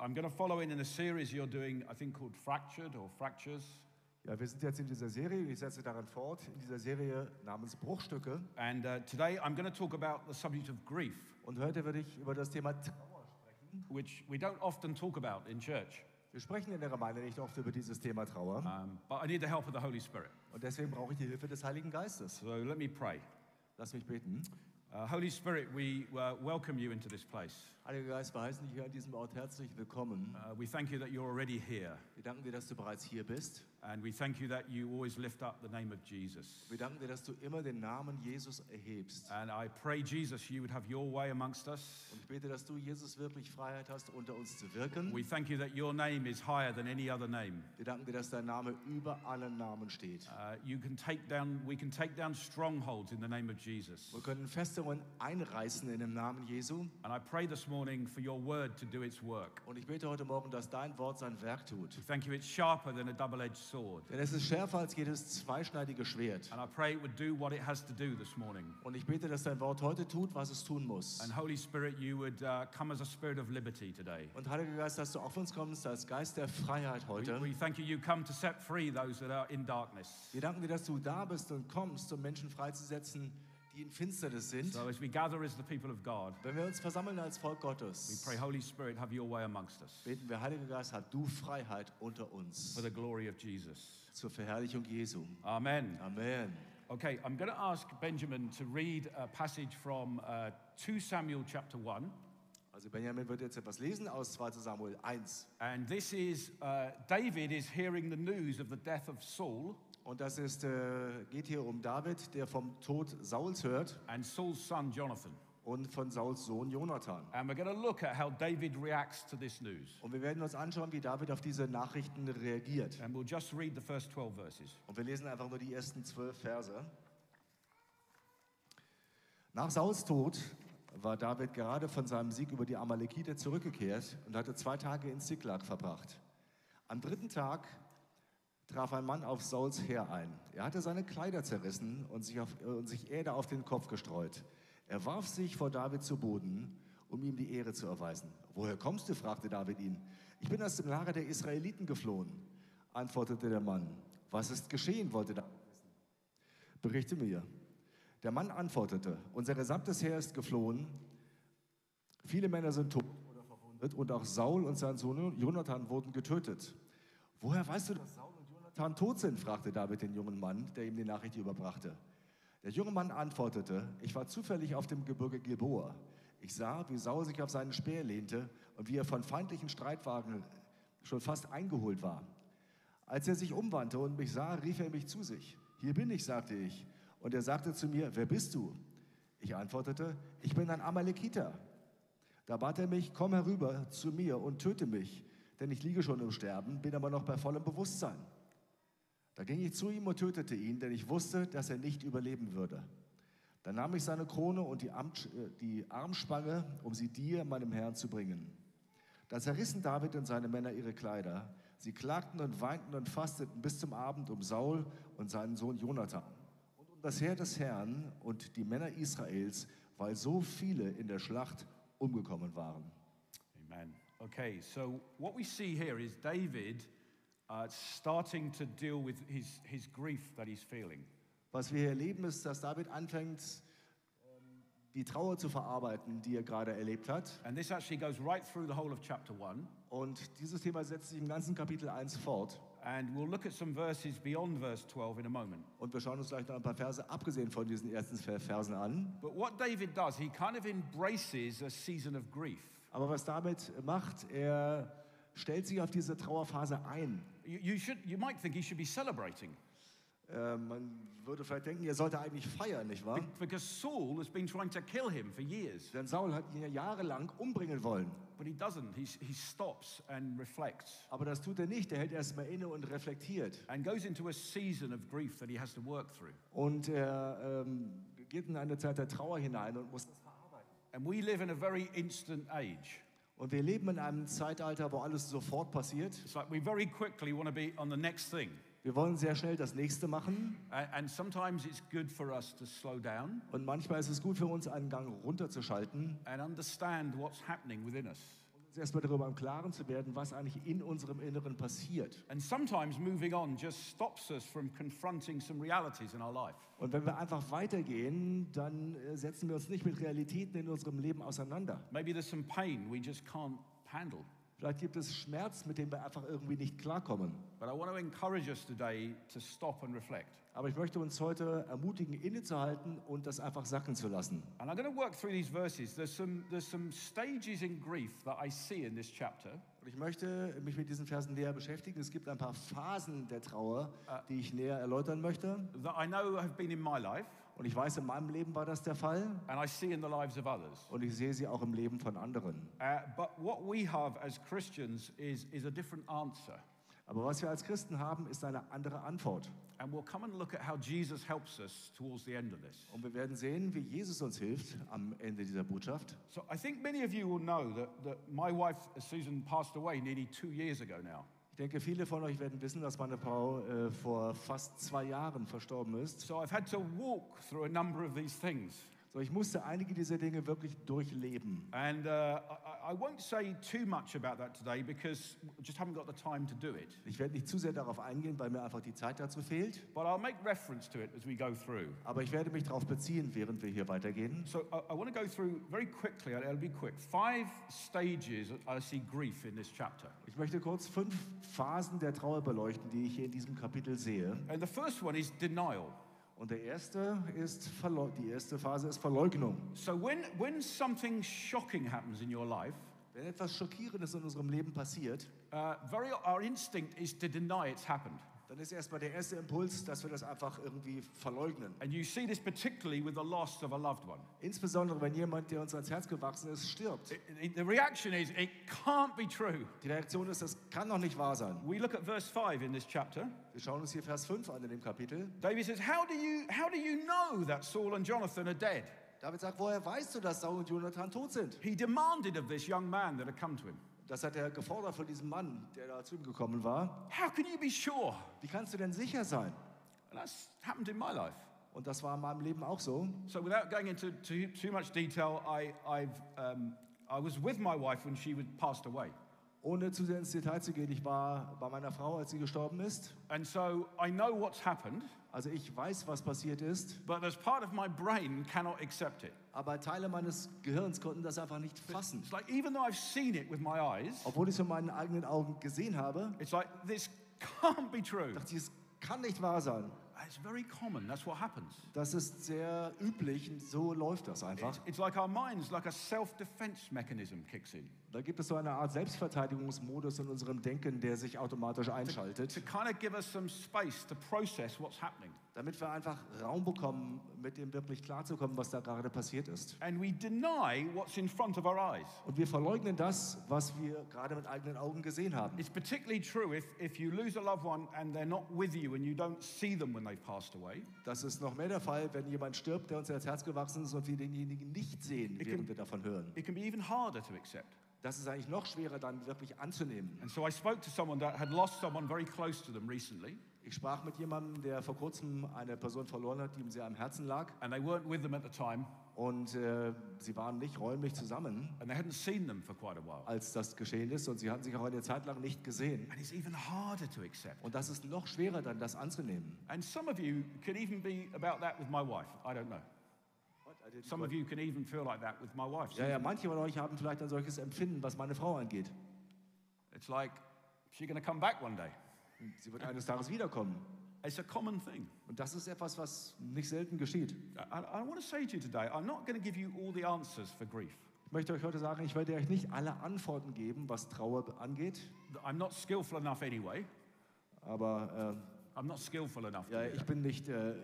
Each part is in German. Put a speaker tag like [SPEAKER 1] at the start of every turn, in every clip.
[SPEAKER 1] I'm going to follow in in a series you're doing, I think, called Fractured or Fractures.
[SPEAKER 2] Ja, wir sind jetzt in dieser Serie und ich setze daran fort, in dieser Serie namens Bruchstücke.
[SPEAKER 1] And uh, today I'm going to talk about the subject of grief,
[SPEAKER 2] Und heute werde ich über das Thema Trauer sprechen.
[SPEAKER 1] which we don't often talk about in church.
[SPEAKER 2] Wir sprechen in der Gemeinde nicht oft über dieses Thema Trauer
[SPEAKER 1] Um, but I need the help of the Holy Spirit.
[SPEAKER 2] und deswegen brauche ich die Hilfe des Heiligen Geistes.
[SPEAKER 1] So let me pray.
[SPEAKER 2] Lass mich beten.
[SPEAKER 1] Uh, Holy Spirit, we uh, welcome you into this place.
[SPEAKER 2] Heiliger Geist, wir heißen dich hier an diesem Ort herzlich willkommen.
[SPEAKER 1] Uh, we thank you that you're already here.
[SPEAKER 2] Wir danken dir, dass du bereits hier bist.
[SPEAKER 1] And we thank you that you always lift up the name of Jesus.
[SPEAKER 2] Wir danken dir, dass du immer den Namen Jesus erhebst.
[SPEAKER 1] And I pray, Jesus, you would have your way amongst us.
[SPEAKER 2] Und ich bete, dass du, Jesus, wirklich Freiheit hast, unter uns zu wirken.
[SPEAKER 1] We thank you that your name is higher than any other name.
[SPEAKER 2] Wir danken dir, dass dein Name über allen Namen steht.
[SPEAKER 1] Uh, you can take down, we can take down strongholds in the name of Jesus.
[SPEAKER 2] Wir können Festungen einreißen in dem Namen Jesu.
[SPEAKER 1] And I pray this morning for your word to do its work.
[SPEAKER 2] Und ich bete heute Morgen, dass dein Wort sein Werk tut.
[SPEAKER 1] We thank you it's sharper than a double edged sword.
[SPEAKER 2] Denn es ist schärfer als jedes zweischneidige Schwert.
[SPEAKER 1] And I pray it would do what it has to do this morning.
[SPEAKER 2] Und ich bete, dass dein Wort heute tut, was es tun muss.
[SPEAKER 1] And Holy Spirit, you would uh, come as a spirit of liberty today.
[SPEAKER 2] Und Heiliger Geist, dass du auf uns kommst als Geist der Freiheit
[SPEAKER 1] We,
[SPEAKER 2] heute.
[SPEAKER 1] we thank you, you come to set free those that are in darkness.
[SPEAKER 2] Wir danken dir, dass du da bist und kommst, um Menschen freizusetzen, die in Finsternis sind.
[SPEAKER 1] So as we gather as the people of God,
[SPEAKER 2] Wenn wir uns versammeln als Volk
[SPEAKER 1] we
[SPEAKER 2] Gottes,
[SPEAKER 1] pray, Holy Spirit, have your way amongst us
[SPEAKER 2] beten wir, Heiliger Geist, hab du Freiheit unter
[SPEAKER 1] for
[SPEAKER 2] uns
[SPEAKER 1] the glory of Jesus.
[SPEAKER 2] zur Verherrlichung Jesu.
[SPEAKER 1] Amen.
[SPEAKER 2] Amen.
[SPEAKER 1] Okay, I'm going to ask Benjamin to read a passage from uh, 2 Samuel chapter 1.
[SPEAKER 2] Also Benjamin wird jetzt etwas lesen aus 2 Samuel 1.
[SPEAKER 1] And this is uh, David is hearing the news of the death of Saul,
[SPEAKER 2] Und das ist, äh, geht hier um David, der vom Tod Sauls hört
[SPEAKER 1] and Saul's son Jonathan.
[SPEAKER 2] und von Sauls Sohn Jonathan.
[SPEAKER 1] And we're going to look at how David reacts to this news.
[SPEAKER 2] Und wir werden uns anschauen, wie David auf diese Nachrichten reagiert.
[SPEAKER 1] And we'll just read the first 12 verses.
[SPEAKER 2] Und wir lesen einfach nur die ersten zwölf Verse. Nach Sauls Tod war David gerade von seinem Sieg über die Amalekiter zurückgekehrt und hatte zwei Tage in Ziklag verbracht. Am dritten Tag traf ein Mann auf Sauls Heer ein. Er hatte seine Kleider zerrissen und sich, auf, äh, und sich Erde auf den Kopf gestreut. Er warf sich vor David zu Boden, um ihm die Ehre zu erweisen. Woher kommst du? fragte David ihn. Ich bin aus dem Lager der Israeliten geflohen, antwortete der Mann. Was ist geschehen? wollte David wissen. Berichte mir. Der Mann antwortete: Unser gesamtes Heer ist geflohen. Viele Männer sind tot oder verwundet und auch Saul und sein Sohn Jonathan wurden getötet. Woher weißt du, dass Saul und Jonathan tot sind? fragte David den jungen Mann, der ihm die Nachricht überbrachte. Der junge Mann antwortete, ich war zufällig auf dem Gebirge Gilboa. Ich sah, wie Saul sich auf seinen Speer lehnte und wie er von feindlichen Streitwagen schon fast eingeholt war. Als er sich umwandte und mich sah, rief er mich zu sich. Hier bin ich, sagte ich. Und er sagte zu mir, wer bist du? Ich antwortete, ich bin ein Amalekiter. Da bat er mich, komm herüber zu mir und töte mich, denn ich liege schon im Sterben, bin aber noch bei vollem Bewusstsein. Da ging ich zu ihm und tötete ihn, denn ich wusste, dass er nicht überleben würde. Dann nahm ich seine Krone und die, Amt, äh, die Armspange, um sie dir, meinem Herrn, zu bringen. Da zerrissen David und seine Männer ihre Kleider. Sie klagten und weinten und fasteten bis zum Abend um Saul und seinen Sohn Jonathan und um das Heer des Herrn und die Männer Israels, weil so viele in der Schlacht umgekommen waren.
[SPEAKER 1] Amen. Okay, so what we see here is David uh, starting to deal with his, his grief that he's feeling.
[SPEAKER 2] Was wir hier erleben, ist, dass David anfängt, ähm, die Trauer zu verarbeiten, die er gerade erlebt hat.
[SPEAKER 1] And this actually goes right through the whole of chapter 1.
[SPEAKER 2] Und dieses Thema setzt sich im ganzen Kapitel 1 fort.
[SPEAKER 1] And we'll look at some verses beyond verse 12 in a moment.
[SPEAKER 2] Und wir schauen uns gleich noch ein paar Verse, abgesehen von diesen ersten Versen an.
[SPEAKER 1] But what David does, he kind of embraces a season of grief.
[SPEAKER 2] Aber was David macht, er stellt sich auf diese Trauerphase ein.
[SPEAKER 1] You, you, should, you might think he should be celebrating
[SPEAKER 2] Äh, man würde vielleicht denken, er sollte eigentlich feiern, nicht wahr?
[SPEAKER 1] because Saul has been trying to kill him for years,
[SPEAKER 2] Denn Saul hat ihn ja jahrelang umbringen wollen.
[SPEAKER 1] but he doesn't. He, he stops and reflects
[SPEAKER 2] Aber das tut er nicht. Er hält erstmal inne und reflektiert.
[SPEAKER 1] and goes into a season of grief that he has to work through.
[SPEAKER 2] Und er ähm, geht in eine Zeit der Trauer hinein und muss das verarbeiten.
[SPEAKER 1] And we live in a very instant age.
[SPEAKER 2] Und wir leben in einem Zeitalter, wo alles sofort passiert.
[SPEAKER 1] It's like we very quickly want to be on the next thing.
[SPEAKER 2] Wir wollen sehr schnell das Nächste machen.
[SPEAKER 1] And, and sometimes it's good for us to slow down
[SPEAKER 2] Und manchmal ist es gut für uns, einen Gang runterzuschalten
[SPEAKER 1] and understand what's happening within us.
[SPEAKER 2] und uns erstmal darüber im Klaren zu werden, was eigentlich in unserem Inneren passiert.
[SPEAKER 1] And sometimes moving on just stops us from confronting some realities in our life.
[SPEAKER 2] Und wenn wir einfach weitergehen, dann äh, setzen wir uns nicht mit Realitäten in unserem Leben auseinander.
[SPEAKER 1] Maybe there's some pain we just can't handle.
[SPEAKER 2] Vielleicht gibt es Schmerz, mit dem wir einfach irgendwie nicht klarkommen.
[SPEAKER 1] But I want to encourage us today to stop and reflect.
[SPEAKER 2] Aber ich möchte uns heute ermutigen, innezuhalten und das einfach sacken zu lassen.
[SPEAKER 1] And I'm going to work through these verses. There's some, there's some stages in grief that I see in this chapter.
[SPEAKER 2] Und ich möchte mich mit diesen Versen näher beschäftigen. Es gibt ein paar Phasen der Trauer, die ich näher erläutern möchte.
[SPEAKER 1] that I know have been in my life
[SPEAKER 2] Und ich weiß, in meinem Leben war das der Fall.
[SPEAKER 1] and I see in the lives of others.
[SPEAKER 2] Und ich sehe sie auch im Leben von anderen.
[SPEAKER 1] Uh, but what we have as Christians is, is a different answer.
[SPEAKER 2] Aber was wir als Christen haben, ist eine andere Antwort.
[SPEAKER 1] And we'll come and look at how Jesus helps us towards the end of this.
[SPEAKER 2] Und wir werden sehen, wie Jesus uns hilft am Ende dieser Botschaft.
[SPEAKER 1] So I think many of you will know that, that my wife, Susan, passed away nearly two years ago now.
[SPEAKER 2] Ich denke, viele von euch werden wissen, dass meine Frau äh, vor fast zwei Jahren verstorben ist.
[SPEAKER 1] So I've had to walk through a number of these things.
[SPEAKER 2] So, ich musste einige dieser Dinge wirklich durchleben.
[SPEAKER 1] And uh, I- I, I won't say too much about that today because I just haven't got the time to do it.
[SPEAKER 2] Ich werde nicht zu sehr darauf eingehen, weil mir einfach die Zeit dazu fehlt.
[SPEAKER 1] But I'll make reference to it as we go through.
[SPEAKER 2] Aber ich werde mich darauf beziehen, während wir hier weitergehen.
[SPEAKER 1] So I, I want to go through very quickly, and it'll be quick, five stages I see grief in this chapter.
[SPEAKER 2] Ich möchte kurz fünf Phasen der Trauer beleuchten, die ich hier in diesem Kapitel sehe.
[SPEAKER 1] And the first one is denial.
[SPEAKER 2] Und der erste ist Verleu die erste Phase ist Verleugnung.
[SPEAKER 1] So when, when something shocking happens in your life,
[SPEAKER 2] Wenn etwas Schockierendes in unserem Leben passiert,
[SPEAKER 1] uh, very, our instinct is to deny it's happened.
[SPEAKER 2] dann ist erstmal der erste Impuls, dass wir das einfach irgendwie verleugnen.
[SPEAKER 1] And you see this particularly with the loss of a loved one.
[SPEAKER 2] Insbesondere wenn jemand, der uns ans Herz gewachsen ist, stirbt.
[SPEAKER 1] It- it- the reaction is, it can't be true.
[SPEAKER 2] Die Reaktion ist, das kann doch nicht wahr sein.
[SPEAKER 1] We look at verse 5 in this chapter.
[SPEAKER 2] Wir schauen uns hier Vers 5 an in dem Kapitel.
[SPEAKER 1] David says, How do you, how do you know that Saul and Jonathan are dead?
[SPEAKER 2] David sagt, woher weißt du, dass Saul und Jonathan tot sind?
[SPEAKER 1] He demanded of this young man that had come to him,
[SPEAKER 2] Das hat er gefordert von diesem Mann, der da zu ihm gekommen war.
[SPEAKER 1] How can you be sure?
[SPEAKER 2] Wie kannst du denn sicher sein?
[SPEAKER 1] And that's happened in my life.
[SPEAKER 2] Und das war in meinem Leben auch so.
[SPEAKER 1] So, without going into too, too much detail, I, I've, um, I was with my wife when she was passed away.
[SPEAKER 2] Ohne zu sehr ins Detail zu gehen, ich war bei meiner Frau, als sie gestorben ist.
[SPEAKER 1] And so I know what's happened,
[SPEAKER 2] Also ich weiß, was passiert ist,
[SPEAKER 1] but as part of my brain cannot accept it.
[SPEAKER 2] aber Teile meines Gehirns konnten das einfach nicht fassen.
[SPEAKER 1] It's like, even though I've seen it with my eyes,
[SPEAKER 2] Obwohl ich es mit meinen eigenen Augen gesehen habe,
[SPEAKER 1] it's like, this can't be true.
[SPEAKER 2] dachte ich, es kann nicht wahr sein.
[SPEAKER 1] It's very common. That's what happens.
[SPEAKER 2] Das ist sehr üblich und so läuft das einfach.
[SPEAKER 1] It's, it's like our minds, like a self defense mechanism kicks in
[SPEAKER 2] Da gibt es so eine Art Selbstverteidigungsmodus in unserem Denken, der sich automatisch
[SPEAKER 1] to
[SPEAKER 2] einschaltet,
[SPEAKER 1] kind of give us some space to process what's happening.
[SPEAKER 2] damit wir einfach Raum bekommen, mit dem wirklich klarzukommen, was da gerade passiert ist.
[SPEAKER 1] And we deny what's in front of our eyes.
[SPEAKER 2] Und wir verleugnen das, was wir gerade mit eigenen Augen gesehen haben.
[SPEAKER 1] It's particularly true if, if you lose a loved one and they're not with you and you don't see them when they've passed away.
[SPEAKER 2] Das ist noch mehr der Fall, wenn jemand stirbt, der uns ans Herz gewachsen ist und wir denjenigen nicht sehen,
[SPEAKER 1] Ich-
[SPEAKER 2] während wir davon hören.
[SPEAKER 1] It can be even harder to accept.
[SPEAKER 2] Das ist eigentlich noch schwerer dann wirklich anzunehmen.
[SPEAKER 1] And so I spoke to someone that had lost someone very close to them recently,
[SPEAKER 2] Ich sprach mit jemandem, der vor kurzem eine Person verloren hat, die ihm sehr am Herzen lag.
[SPEAKER 1] and they weren't with them at the time,
[SPEAKER 2] Und äh, sie waren nicht räumlich zusammen,
[SPEAKER 1] and they hadn't seen them for quite a while.
[SPEAKER 2] als das geschehen ist. Und sie hatten sich auch eine Zeit lang nicht gesehen.
[SPEAKER 1] And it's even harder to accept.
[SPEAKER 2] Und das ist noch schwerer dann, das anzunehmen.
[SPEAKER 1] And some of you could even be about that with my wife. I don't know. Some of you can even feel like that with my wife.
[SPEAKER 2] Ja, ja, manche von euch haben vielleicht ein solches Empfinden, was meine Frau angeht.
[SPEAKER 1] It's like, she's going to come back one day.
[SPEAKER 2] Sie wird eines Tages wiederkommen.
[SPEAKER 1] It's a common thing.
[SPEAKER 2] Und das ist etwas, was nicht selten geschieht.
[SPEAKER 1] I, I want to say to you today, I'm not going to give you all the answers for grief.
[SPEAKER 2] Ich möchte euch heute sagen, ich werde euch nicht alle Antworten geben, was Trauer angeht,
[SPEAKER 1] I'm not skillful enough anyway.
[SPEAKER 2] aber
[SPEAKER 1] I'm not skillful enough. to
[SPEAKER 2] äh, ja,
[SPEAKER 1] do
[SPEAKER 2] ich
[SPEAKER 1] that.
[SPEAKER 2] bin nicht äh,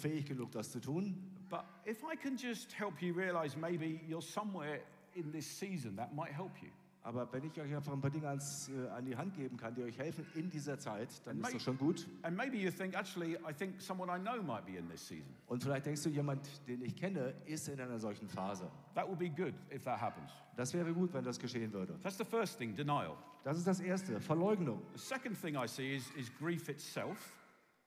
[SPEAKER 2] fähig genug, das zu tun.
[SPEAKER 1] But if I can just help you realize maybe you're somewhere in this season, that might help you.
[SPEAKER 2] Aber wenn ich euch einfach ein paar Dinge ans, äh, an die Hand geben kann, die euch helfen in dieser Zeit, dann
[SPEAKER 1] Mike-
[SPEAKER 2] ist das schon gut.
[SPEAKER 1] And maybe you think, actually, I think someone I know might be in this season.
[SPEAKER 2] Und vielleicht denkst du, jemand, den ich kenne, ist in einer solchen Phase.
[SPEAKER 1] That would be good if that happens.
[SPEAKER 2] Das wäre gut, wenn das geschehen würde.
[SPEAKER 1] That's the first thing denial.
[SPEAKER 2] Das ist das Erste, Verleugnung.
[SPEAKER 1] The second thing I see is, is grief itself,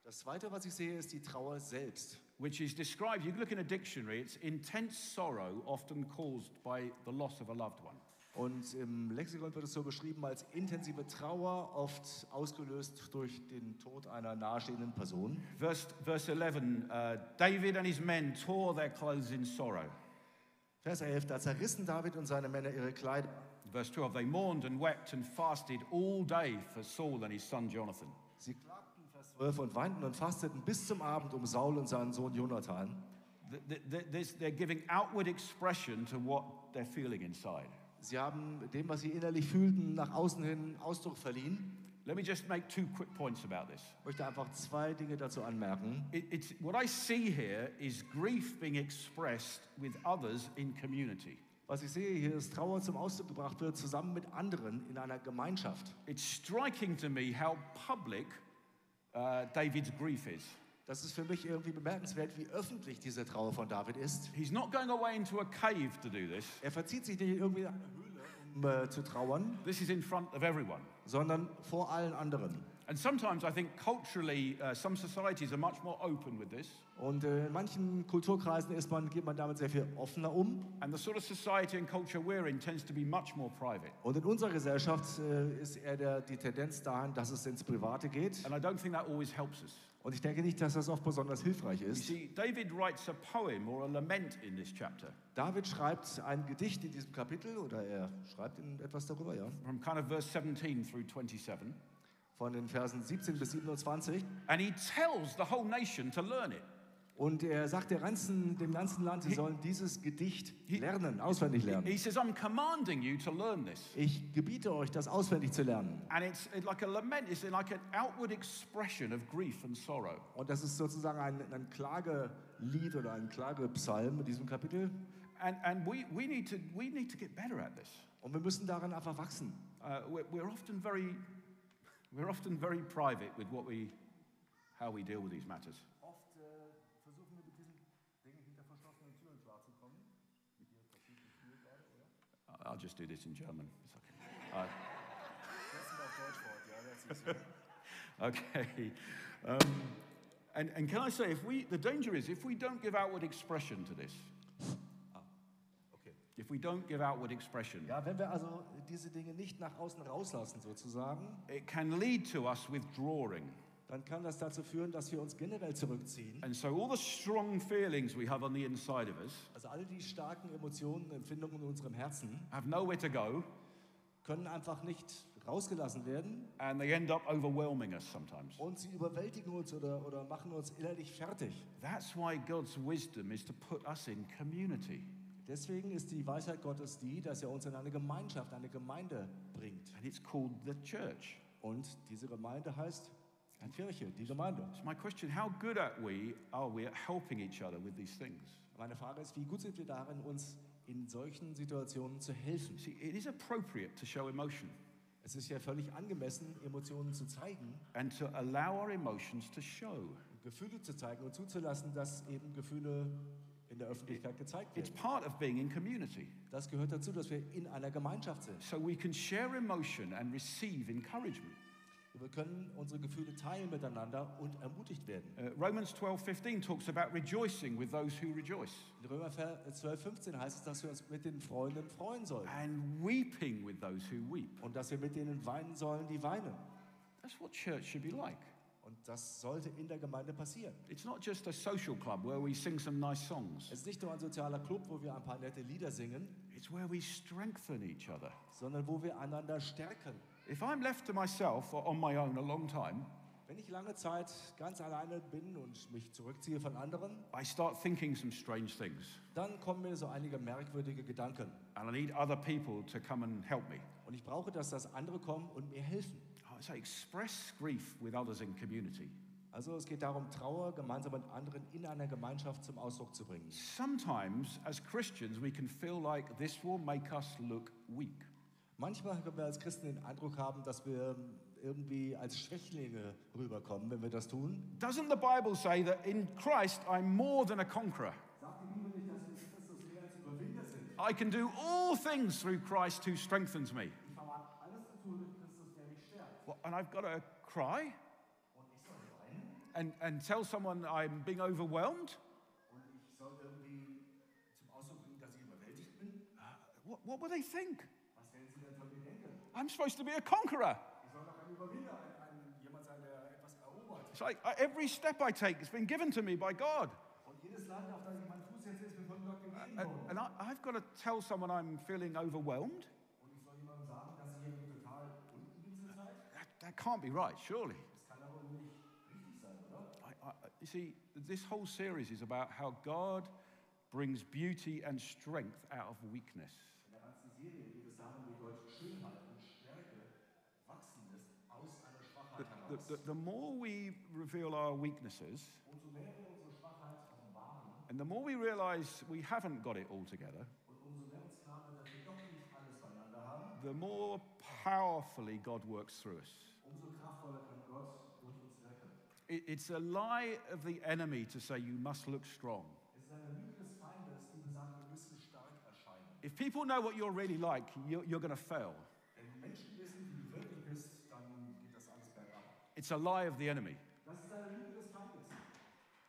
[SPEAKER 2] Das Zweite, was ich sehe, ist die Trauer selbst.
[SPEAKER 1] which is described, you look in a dictionary, it's intense sorrow often caused by the loss of a loved one.
[SPEAKER 2] Und im Lexikon wird es so beschrieben als intensive Trauer, oft ausgelöst durch den Tod einer nahestehenden Person.
[SPEAKER 1] Verse, verse 11 uh, David and his men tore their clothes in sorrow.
[SPEAKER 2] Vers 11, da zerrissen David und seine Männer ihre Kleider.
[SPEAKER 1] Verse 12 They mourned and wept and fasted all day for Saul and his son Jonathan.
[SPEAKER 2] Sie klagten, Vers 12, und weinten und fasteten bis zum Abend um Saul und seinen Sohn Jonathan.
[SPEAKER 1] Th- th- th- this- they're giving outward expression to what they're feeling inside.
[SPEAKER 2] Sie haben dem, was sie innerlich fühlten, nach außen hin Ausdruck verliehen.
[SPEAKER 1] Let me just make two quick points about this.
[SPEAKER 2] Ich möchte einfach zwei Dinge dazu anmerken.
[SPEAKER 1] It, it's, what I see here is grief being expressed with others in community.
[SPEAKER 2] Was ich sehe hier ist, Trauer zum Ausdruck gebracht wird, zusammen mit anderen in einer Gemeinschaft.
[SPEAKER 1] It's striking to me how public uh, David's grief is.
[SPEAKER 2] Das ist für mich irgendwie bemerkenswert, wie öffentlich diese Trauer von David ist.
[SPEAKER 1] He's not going away into a cave to do this.
[SPEAKER 2] Er verzieht sich nicht in irgendwie eine Höhle, um äh, zu trauern,
[SPEAKER 1] This is in front of everyone.
[SPEAKER 2] sondern vor allen anderen.
[SPEAKER 1] And sometimes I think culturally, uh, some societies are much more open with this.
[SPEAKER 2] Und äh, in manchen Kulturkreisen ist man, geht man damit sehr viel offener um.
[SPEAKER 1] And the sort of society and culture we're in tends to be much more private.
[SPEAKER 2] Und in unserer Gesellschaft äh, ist eher der, die Tendenz dahin, dass es ins Private geht.
[SPEAKER 1] And I don't think that always helps us.
[SPEAKER 2] Und ich denke nicht, dass das oft besonders hilfreich
[SPEAKER 1] You
[SPEAKER 2] ist.
[SPEAKER 1] see, David writes a poem or a lament in this chapter
[SPEAKER 2] David schreibt ein Gedicht in diesem Kapitel, oder er schreibt in etwas darüber, ja,
[SPEAKER 1] from kind of verse 17 through 27.
[SPEAKER 2] von den Versen 17 bis 27.
[SPEAKER 1] And he tells the whole nation to learn it.
[SPEAKER 2] Und er sagt der ganzen, dem ganzen Land, sie sollen dieses Gedicht
[SPEAKER 1] He-
[SPEAKER 2] lernen, auswendig lernen.
[SPEAKER 1] He says, I'm commanding you to learn this.
[SPEAKER 2] Ich gebiete euch, das auswendig zu lernen.
[SPEAKER 1] And it's like a lament, it's like an outward expression of grief and sorrow.
[SPEAKER 2] Und das ist sozusagen ein, ein Klagelied oder ein Klagepsalm in diesem Kapitel.
[SPEAKER 1] And, and we, we, need to, we need to get better at this.
[SPEAKER 2] Und wir müssen daran einfach wachsen.
[SPEAKER 1] Uh, we're, we're often very, we're often very private with what we, how we deal with these matters.
[SPEAKER 2] Oft äh, versuchen wir mit diesen Dingen hinter verschlossenen Türen klarzukommen.
[SPEAKER 1] I- I'll just do this in German. It's okay. Uh, okay. Um, and, and can I say, if we, the danger is if we don't give outward expression to this, if we don't give outward expression,
[SPEAKER 2] Ja, wenn wir also diese Dinge nicht nach außen rauslassen sozusagen,
[SPEAKER 1] it can lead to us withdrawing.
[SPEAKER 2] dann kann das dazu führen, dass wir uns generell zurückziehen.
[SPEAKER 1] And so all the strong feelings we have on the inside of us
[SPEAKER 2] Also all die starken Emotionen, Empfindungen in unserem Herzen
[SPEAKER 1] have nowhere to go,
[SPEAKER 2] können einfach nicht rausgelassen werden
[SPEAKER 1] and they end up overwhelming us sometimes.
[SPEAKER 2] und sie überwältigen uns oder, oder machen uns innerlich fertig.
[SPEAKER 1] That's why God's wisdom is to put us in community.
[SPEAKER 2] Deswegen ist die Weisheit Gottes die, dass er uns in eine Gemeinschaft, eine Gemeinde bringt.
[SPEAKER 1] And it's called the church.
[SPEAKER 2] Und diese Gemeinde heißt die Kirche, die Gemeinde.
[SPEAKER 1] So my question, how good at we are we at helping each other with these things?
[SPEAKER 2] Meine Frage ist, wie gut sind wir darin, uns in solchen Situationen zu helfen?
[SPEAKER 1] See, it is appropriate to show emotion
[SPEAKER 2] Es ist ja völlig angemessen, Emotionen zu zeigen,
[SPEAKER 1] and to allow our emotions to show.
[SPEAKER 2] Gefühle zu zeigen und zuzulassen, dass eben Gefühle in der Öffentlichkeit gezeigt
[SPEAKER 1] It's
[SPEAKER 2] werden.
[SPEAKER 1] part of being in community.
[SPEAKER 2] Das gehört dazu, dass wir in einer Gemeinschaft sind.
[SPEAKER 1] So we can share emotion and receive encouragement.
[SPEAKER 2] Wir können unsere Gefühle teilen miteinander und ermutigt werden.
[SPEAKER 1] Uh, Romans 12:15 talks about rejoicing with those who rejoice
[SPEAKER 2] In Römer 12, 15 heißt es, dass wir uns mit den Freunden freuen sollen
[SPEAKER 1] and weeping with those who weep.
[SPEAKER 2] und dass wir mit denen weinen sollen, die weinen.
[SPEAKER 1] That's what church should be like.
[SPEAKER 2] Und das sollte in der Gemeinde passieren.
[SPEAKER 1] It's not just a social club where we sing some nice songs.
[SPEAKER 2] Es ist nicht nur ein sozialer Club, wo wir ein paar nette Lieder singen,
[SPEAKER 1] It's where we strengthen each other.
[SPEAKER 2] sondern wo wir einander stärken.
[SPEAKER 1] If I'm left to myself or on my own a long time,
[SPEAKER 2] Wenn ich lange Zeit ganz alleine bin und mich zurückziehe von anderen,
[SPEAKER 1] I start thinking some strange things,
[SPEAKER 2] dann kommen mir so einige merkwürdige Gedanken.
[SPEAKER 1] and I need other people to come and help me.
[SPEAKER 2] Und ich brauche, dass das andere kommen und mir helfen.
[SPEAKER 1] I say express grief with others in community.
[SPEAKER 2] Also es geht darum, Trauer gemeinsam mit anderen in einer Gemeinschaft zum Ausdruck zu bringen.
[SPEAKER 1] Sometimes, as Christians, we can feel like this will make us look weak.
[SPEAKER 2] Manchmal können wir als Christen den Eindruck haben, dass wir irgendwie als Schwächlinge rüberkommen, wenn wir das tun.
[SPEAKER 1] Doesn't the Bible say that in Christ I'm more than a conqueror? I can do all things through Christ who strengthens me. Well, and I've got to cry and, and tell someone I'm being overwhelmed? Uh, What, what will they think?
[SPEAKER 2] Was
[SPEAKER 1] I'm supposed to be a conqueror.
[SPEAKER 2] Ich soll doch ein Überwinder, ein, ein, jemand sein, der etwas erobert.
[SPEAKER 1] It's like uh, every step I take has been given to me by God.
[SPEAKER 2] Und jedes Land, auf das ich meinen Fuß setze, ist mir von Gott gegeben
[SPEAKER 1] And, and
[SPEAKER 2] worden.
[SPEAKER 1] I, I've got to tell someone I'm feeling overwhelmed.
[SPEAKER 2] Und ich soll jemandem sagen, dass ihr irgendwie total unten bin zur Zeit?
[SPEAKER 1] That, that can't be right, surely.
[SPEAKER 2] Das kann aber wohl nicht richtig sein, oder?
[SPEAKER 1] I, I, you see, this whole series is about how God brings beauty and strength out of weakness.
[SPEAKER 2] In der ganzen Serie geht es darum, wie Gott Schönheit und Stärke wachsen lässt aus einer
[SPEAKER 1] The,
[SPEAKER 2] Schwachheit
[SPEAKER 1] the,
[SPEAKER 2] heraus.
[SPEAKER 1] the, the more we reveal our weaknesses,
[SPEAKER 2] Umso mehr wir unsere Schwachheit offenbaren
[SPEAKER 1] and the more we realize we haven't got it all together,
[SPEAKER 2] und umso mehr uns klar wird, dass wir doch nicht alles beieinander haben,
[SPEAKER 1] the more powerfully God works through us.
[SPEAKER 2] umso kraftvoller kann Gott durch uns wirken.
[SPEAKER 1] It, it's a lie of the enemy to say you must look strong.
[SPEAKER 2] Es ist eine Lüge des Feindes, die besagt, wir müssen stark erscheinen.
[SPEAKER 1] If people know what you're really like, you're, you're going to fail.
[SPEAKER 2] Wenn die Menschen wissen, wie du wirklich bist, dann geht das alles bergab.
[SPEAKER 1] It's a lie of the enemy.
[SPEAKER 2] Das ist eine Lüge des Feindes.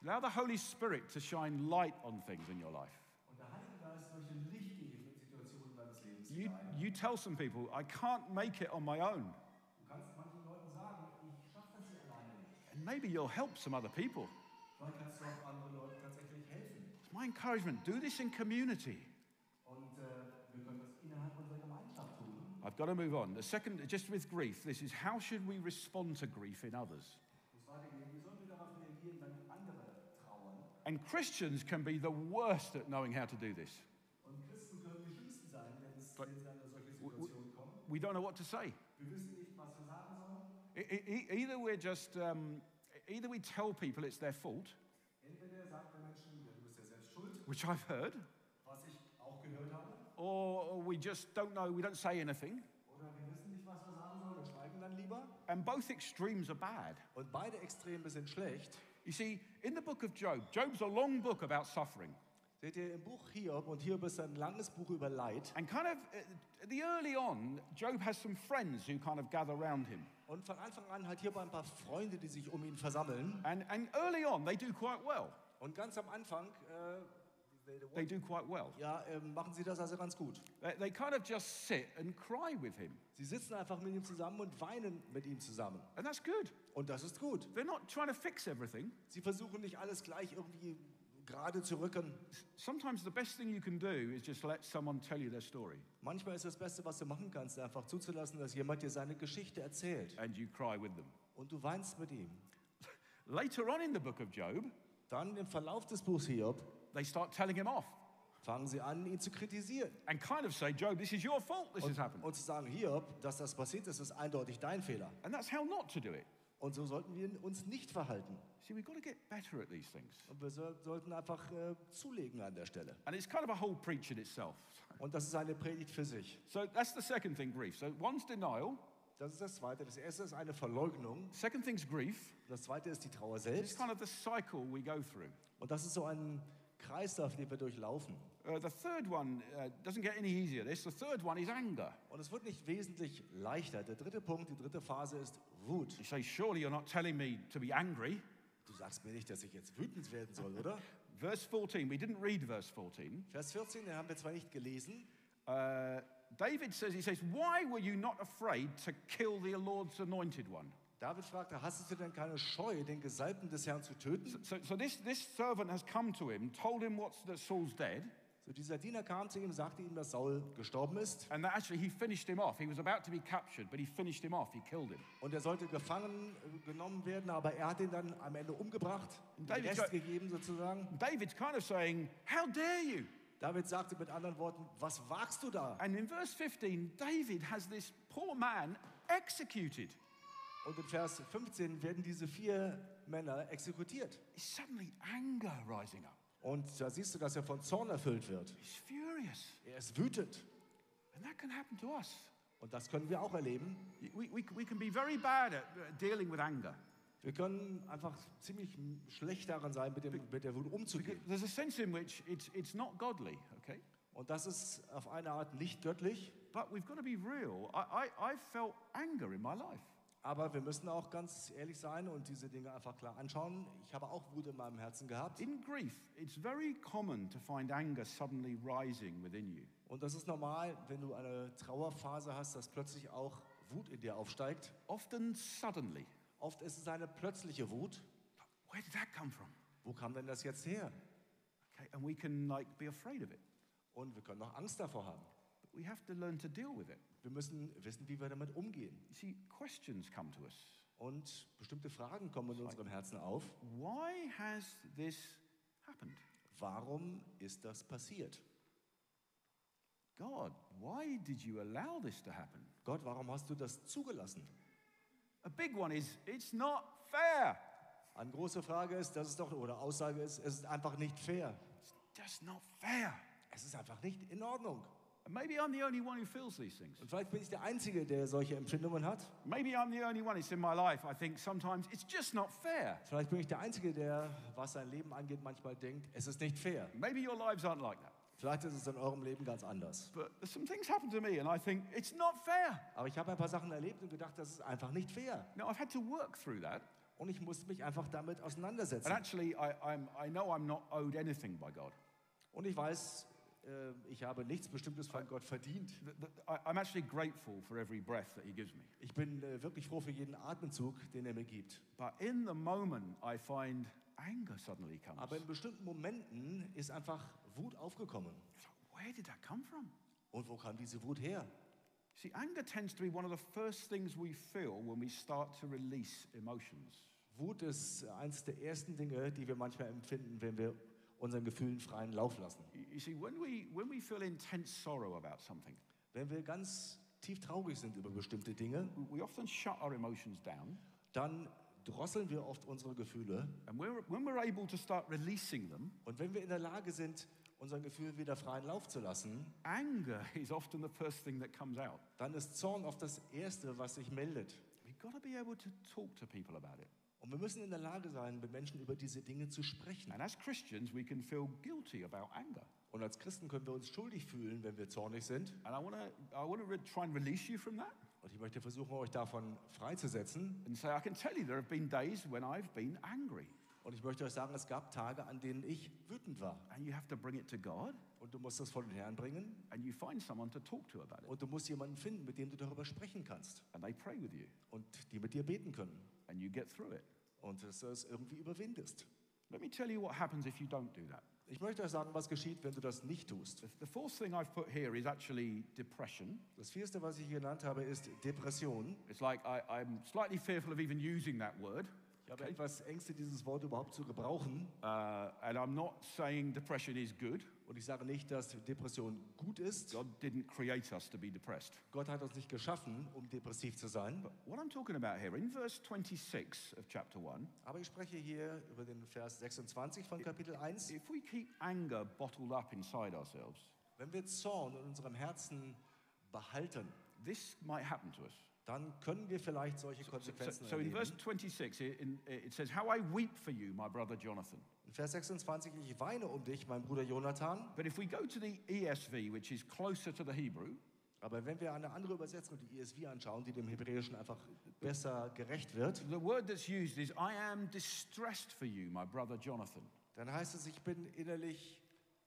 [SPEAKER 1] Allow the Holy Spirit to shine light on things in your life.
[SPEAKER 2] Und der Heilige Geist möchte Licht geben in Situationen deines Lebens
[SPEAKER 1] You,
[SPEAKER 2] hinein.
[SPEAKER 1] you tell some people, I can't make it on my own.
[SPEAKER 2] Du kannst manchen Leuten sagen, ich schaffe das hier alleine nicht.
[SPEAKER 1] And maybe you'll help some other people.
[SPEAKER 2] Vielleicht kannst du auch anderen Leuten tatsächlich helfen.
[SPEAKER 1] It's my encouragement do this in community.
[SPEAKER 2] Und äh, wir können das innerhalb unserer Gemeinschaft tun.
[SPEAKER 1] I've got to move on. The second, just with grief, this is how should we respond to grief in others?
[SPEAKER 2] Es muss weitergehen. Wir sollen darauf reagieren, wenn andere trauern.
[SPEAKER 1] And Christians can be the worst at knowing how to do this.
[SPEAKER 2] Und Christen können die Schlimmsten sein, wenn es
[SPEAKER 1] But-
[SPEAKER 2] wenn sie an solche Situationen kommen.
[SPEAKER 1] We don't know what to say.
[SPEAKER 2] Wir wissen nicht, was wir sagen sollen.
[SPEAKER 1] E- e- e- either we're just, um, either we tell people it's their fault,
[SPEAKER 2] Entweder sagt der Menschen, ja, du bist ja selbst schuld,
[SPEAKER 1] which I've heard,
[SPEAKER 2] was ich auch gehört habe.
[SPEAKER 1] or we just don't know, we don't say anything.
[SPEAKER 2] Oder wir wissen nicht, was wir sagen sollen und schweigen dann lieber.
[SPEAKER 1] And both extremes are bad.
[SPEAKER 2] Und beide Extreme sind schlecht.
[SPEAKER 1] You see, in the book of Job, Job's a long book about suffering.
[SPEAKER 2] Seht ihr im Buch Hiob, und Hiob ist ein langes Buch über Leid.
[SPEAKER 1] And kind of uh, the early on, Job has some friends who kind of gather around him.
[SPEAKER 2] Und von Anfang an hat Hiob ein paar Freunde, die sich um ihn versammeln.
[SPEAKER 1] And, and early on, they do quite well.
[SPEAKER 2] Und ganz am Anfang äh, they-
[SPEAKER 1] They do quite well.
[SPEAKER 2] ja, ähm, machen sie das also ganz gut.
[SPEAKER 1] They, they kind of just sit and cry with him.
[SPEAKER 2] Sie sitzen einfach mit ihm zusammen und weinen mit ihm zusammen.
[SPEAKER 1] And that's good.
[SPEAKER 2] Und das ist gut.
[SPEAKER 1] They're not trying to fix everything.
[SPEAKER 2] Sie versuchen nicht alles gleich irgendwie gerade zu rücken.
[SPEAKER 1] S- Sometimes the best thing you can do is just let someone tell you their story
[SPEAKER 2] Manchmal ist das Beste, was du machen kannst, einfach zuzulassen, dass jemand dir seine Geschichte erzählt.
[SPEAKER 1] and you cry with them.
[SPEAKER 2] Und du weinst mit ihm.
[SPEAKER 1] Later on in the book of Job,
[SPEAKER 2] Dann im Verlauf des Buchs Hiob
[SPEAKER 1] they start telling him off
[SPEAKER 2] fangen sie an, ihn zu kritisieren.
[SPEAKER 1] and kind of say, Job, this is your fault this has happened.
[SPEAKER 2] Und zu sagen, Hiob, dass das passiert ist, ist eindeutig dein Fehler.
[SPEAKER 1] And that's how not to do it.
[SPEAKER 2] Und so sollten wir uns nicht verhalten.
[SPEAKER 1] See, we've got to get better at these things.
[SPEAKER 2] Und wir so, sollten einfach äh, zulegen an der Stelle.
[SPEAKER 1] And it's kind of a whole preach in itself.
[SPEAKER 2] Und das ist eine Predigt für sich.
[SPEAKER 1] So that's the second thing, grief. So one's denial.
[SPEAKER 2] Das ist das Zweite. Das Erste ist eine Verleugnung.
[SPEAKER 1] Second thing's grief.
[SPEAKER 2] Das Zweite ist die Trauer
[SPEAKER 1] It's
[SPEAKER 2] selbst.
[SPEAKER 1] kind of the cycle we go through.
[SPEAKER 2] Und das ist so ein Kreislauf, den wir durchlaufen.
[SPEAKER 1] Uh, the third one uh, doesn't get any easier. This the third one is anger.
[SPEAKER 2] Und es wird nicht wesentlich leichter. Der dritte Punkt, die dritte Phase ist Wut.
[SPEAKER 1] You say, surely you're not telling me to be angry.
[SPEAKER 2] Du sagst mir nicht, dass ich jetzt wütend werden soll, oder?
[SPEAKER 1] Verse 14. We didn't read verse 14.
[SPEAKER 2] Vers 14, den haben wir zwar nicht gelesen,
[SPEAKER 1] Uh, David says, he says, why were you not afraid to kill the Lord's anointed one?
[SPEAKER 2] David fragte, hast du denn keine Scheu, den Gesalbten des Herrn zu töten?
[SPEAKER 1] So, so this, this servant has come to him, told him what's, that Saul's dead,
[SPEAKER 2] So dieser Diener kam zu ihm, sagte ihm, dass Saul gestorben ist
[SPEAKER 1] and that actually he finished him off. He was about to be captured, but he finished him off. He killed him.
[SPEAKER 2] und er sollte gefangen äh, genommen werden, aber er hat ihn dann am Ende umgebracht, ihm den
[SPEAKER 1] David
[SPEAKER 2] Rest
[SPEAKER 1] sagt-
[SPEAKER 2] gegeben sozusagen.
[SPEAKER 1] David's kind of saying, How dare you?
[SPEAKER 2] David sagte mit anderen Worten, was wagst du da?
[SPEAKER 1] And in verse 15, David has this poor man executed.
[SPEAKER 2] Und in Vers 15 werden diese vier Männer exekutiert.
[SPEAKER 1] It's suddenly anger rising up.
[SPEAKER 2] Und da siehst du, dass er von Zorn erfüllt wird.
[SPEAKER 1] He's furious.
[SPEAKER 2] Er ist wütend.
[SPEAKER 1] And that can happen to us.
[SPEAKER 2] Und das können wir auch erleben.
[SPEAKER 1] We, we, we can be very bad at uh, dealing with anger.
[SPEAKER 2] Wir können einfach ziemlich schlecht daran sein, mit, dem, mit der Wut umzugehen.
[SPEAKER 1] There's a sense in which it's, it's not godly, okay?
[SPEAKER 2] Und das ist auf eine Art nicht göttlich,
[SPEAKER 1] But we've got to be real. I, I, I've felt anger in my life.
[SPEAKER 2] aber wir müssen auch ganz ehrlich sein und diese Dinge einfach klar anschauen. Ich habe auch Wut in meinem Herzen gehabt.
[SPEAKER 1] In grief, it's very common to find anger suddenly rising within you.
[SPEAKER 2] Und das ist normal, wenn du eine Trauerphase hast, dass plötzlich auch Wut in dir aufsteigt.
[SPEAKER 1] often suddenly.
[SPEAKER 2] Oft ist es eine plötzliche Wut.
[SPEAKER 1] Where did that come from?
[SPEAKER 2] Wo kam denn das jetzt her?
[SPEAKER 1] Okay, and we can like be afraid of it.
[SPEAKER 2] Und wir können auch Angst davor haben.
[SPEAKER 1] But we have to learn to deal with it.
[SPEAKER 2] Wir müssen wissen, wie wir damit umgehen.
[SPEAKER 1] You see, questions come to us.
[SPEAKER 2] Und bestimmte Fragen kommen in unserem Herzen auf.
[SPEAKER 1] Why has this happened?
[SPEAKER 2] Warum ist das passiert?
[SPEAKER 1] God, why did you allow this to happen?
[SPEAKER 2] Gott, warum hast du das zugelassen?
[SPEAKER 1] A big one is it's not fair.
[SPEAKER 2] Eine große Frage ist, das ist doch, oder Aussage ist, es ist einfach nicht fair.
[SPEAKER 1] It's just not fair.
[SPEAKER 2] Es ist einfach nicht in Ordnung.
[SPEAKER 1] And maybe I'm the only one who feels these things.
[SPEAKER 2] Und vielleicht bin ich der Einzige, der solche Empfindungen hat.
[SPEAKER 1] Maybe I'm the only one. It's in my life. I think sometimes it's just not fair.
[SPEAKER 2] Vielleicht bin ich der Einzige, der, was sein Leben angeht, manchmal denkt, es ist nicht fair.
[SPEAKER 1] Maybe your lives aren't like that.
[SPEAKER 2] Vielleicht ist es in eurem Leben ganz anders.
[SPEAKER 1] But some things happen to me, and I think it's not fair.
[SPEAKER 2] Aber ich habe ein paar Sachen erlebt und gedacht, das ist einfach nicht fair.
[SPEAKER 1] Now I've had to work through that,
[SPEAKER 2] Und ich musste mich einfach damit
[SPEAKER 1] and
[SPEAKER 2] auseinandersetzen.
[SPEAKER 1] actually, I, I'm, I know I'm not owed anything by God.
[SPEAKER 2] Und ich weiß, äh, ich habe nichts Bestimmtes von Gott verdient.
[SPEAKER 1] Th- th- I- I'm actually grateful for every breath that He gives me.
[SPEAKER 2] Ich bin äh, wirklich froh für jeden Atemzug, den er mir gibt.
[SPEAKER 1] But in the moment, I find anger suddenly comes.
[SPEAKER 2] Aber in bestimmten Momenten ist einfach Wut aufgekommen.
[SPEAKER 1] It's like, where did that come from?
[SPEAKER 2] Und wo kam diese Wut her?
[SPEAKER 1] See, anger tends to be one of the first things we feel when we start to release emotions.
[SPEAKER 2] Wut ist eines der ersten Dinge, die wir manchmal empfinden, wenn wir unseren Gefühlen freien Lauf lassen.
[SPEAKER 1] You- You see, when we, when we feel intense sorrow about something,
[SPEAKER 2] Wenn wir ganz tief traurig sind über bestimmte Dinge,
[SPEAKER 1] we- we often shut our emotions down.
[SPEAKER 2] dann drosseln wir oft unsere Gefühle.
[SPEAKER 1] And we're, when we're able to start releasing them,
[SPEAKER 2] Und wenn wir in der Lage sind, unseren Gefühlen wieder freien Lauf zu lassen,
[SPEAKER 1] anger is often the first thing that comes out.
[SPEAKER 2] dann ist Zorn oft das Erste, was sich meldet.
[SPEAKER 1] We've got to be able to talk to people about it.
[SPEAKER 2] Und wir müssen in der Lage sein, mit Menschen über diese Dinge zu sprechen.
[SPEAKER 1] And as Christians, we can feel guilty about anger.
[SPEAKER 2] Und als Christen können wir uns schuldig fühlen, wenn wir zornig sind.
[SPEAKER 1] And I want to I wanna re- try and release you from that
[SPEAKER 2] Und ich möchte versuchen, euch davon freizusetzen.
[SPEAKER 1] and say, I can tell you there have been days when I've been angry.
[SPEAKER 2] Und ich möchte euch sagen, es gab Tage, an denen ich wütend war.
[SPEAKER 1] And you have to bring it to God
[SPEAKER 2] Und du musst das vor den Herrn bringen.
[SPEAKER 1] and you find someone to talk to about it.
[SPEAKER 2] Und du musst jemanden finden, mit dem du darüber sprechen kannst.
[SPEAKER 1] And they pray with you
[SPEAKER 2] Und die mit dir beten können.
[SPEAKER 1] and you get through it.
[SPEAKER 2] Und dass du es irgendwie überwindest.
[SPEAKER 1] Let me tell you what happens if you don't do that.
[SPEAKER 2] Ich möchte euch sagen, was geschieht, wenn du das nicht tust.
[SPEAKER 1] The, the fourth thing I've put here is actually depression.
[SPEAKER 2] Das Vierte, was ich hier genannt habe, ist Depression.
[SPEAKER 1] It's like I, I'm slightly fearful of even using that word.
[SPEAKER 2] Ich habe etwas Ängste, dieses Wort überhaupt zu gebrauchen.
[SPEAKER 1] Uh, and I'm not saying depression is good.
[SPEAKER 2] Und ich sage nicht, dass Depression gut ist.
[SPEAKER 1] God didn't create us to be depressed.
[SPEAKER 2] Gott hat uns nicht geschaffen, um depressiv zu sein.
[SPEAKER 1] But what I'm talking about here, in verse 26 of chapter 1,
[SPEAKER 2] Aber ich spreche hier über den Vers 26 von Kapitel 1.
[SPEAKER 1] if we keep anger bottled up inside ourselves,
[SPEAKER 2] Wenn wir Zorn in unserem Herzen behalten,
[SPEAKER 1] this might happen to us.
[SPEAKER 2] dann können wir vielleicht solche
[SPEAKER 1] So,
[SPEAKER 2] Konsequenzen
[SPEAKER 1] so in verse
[SPEAKER 2] erleben.
[SPEAKER 1] 26, it, in, it says, How I weep for you, my brother Jonathan.
[SPEAKER 2] In Vers 26, ich weine um dich, mein Bruder Jonathan.
[SPEAKER 1] But if we go to the ESV, which is closer to the Hebrew,
[SPEAKER 2] Aber wenn wir eine andere Übersetzung, die ESV, anschauen, die dem Hebräischen einfach besser gerecht wird,
[SPEAKER 1] the word that's used is, I am distressed for you, my brother Jonathan.
[SPEAKER 2] dann heißt es, ich bin innerlich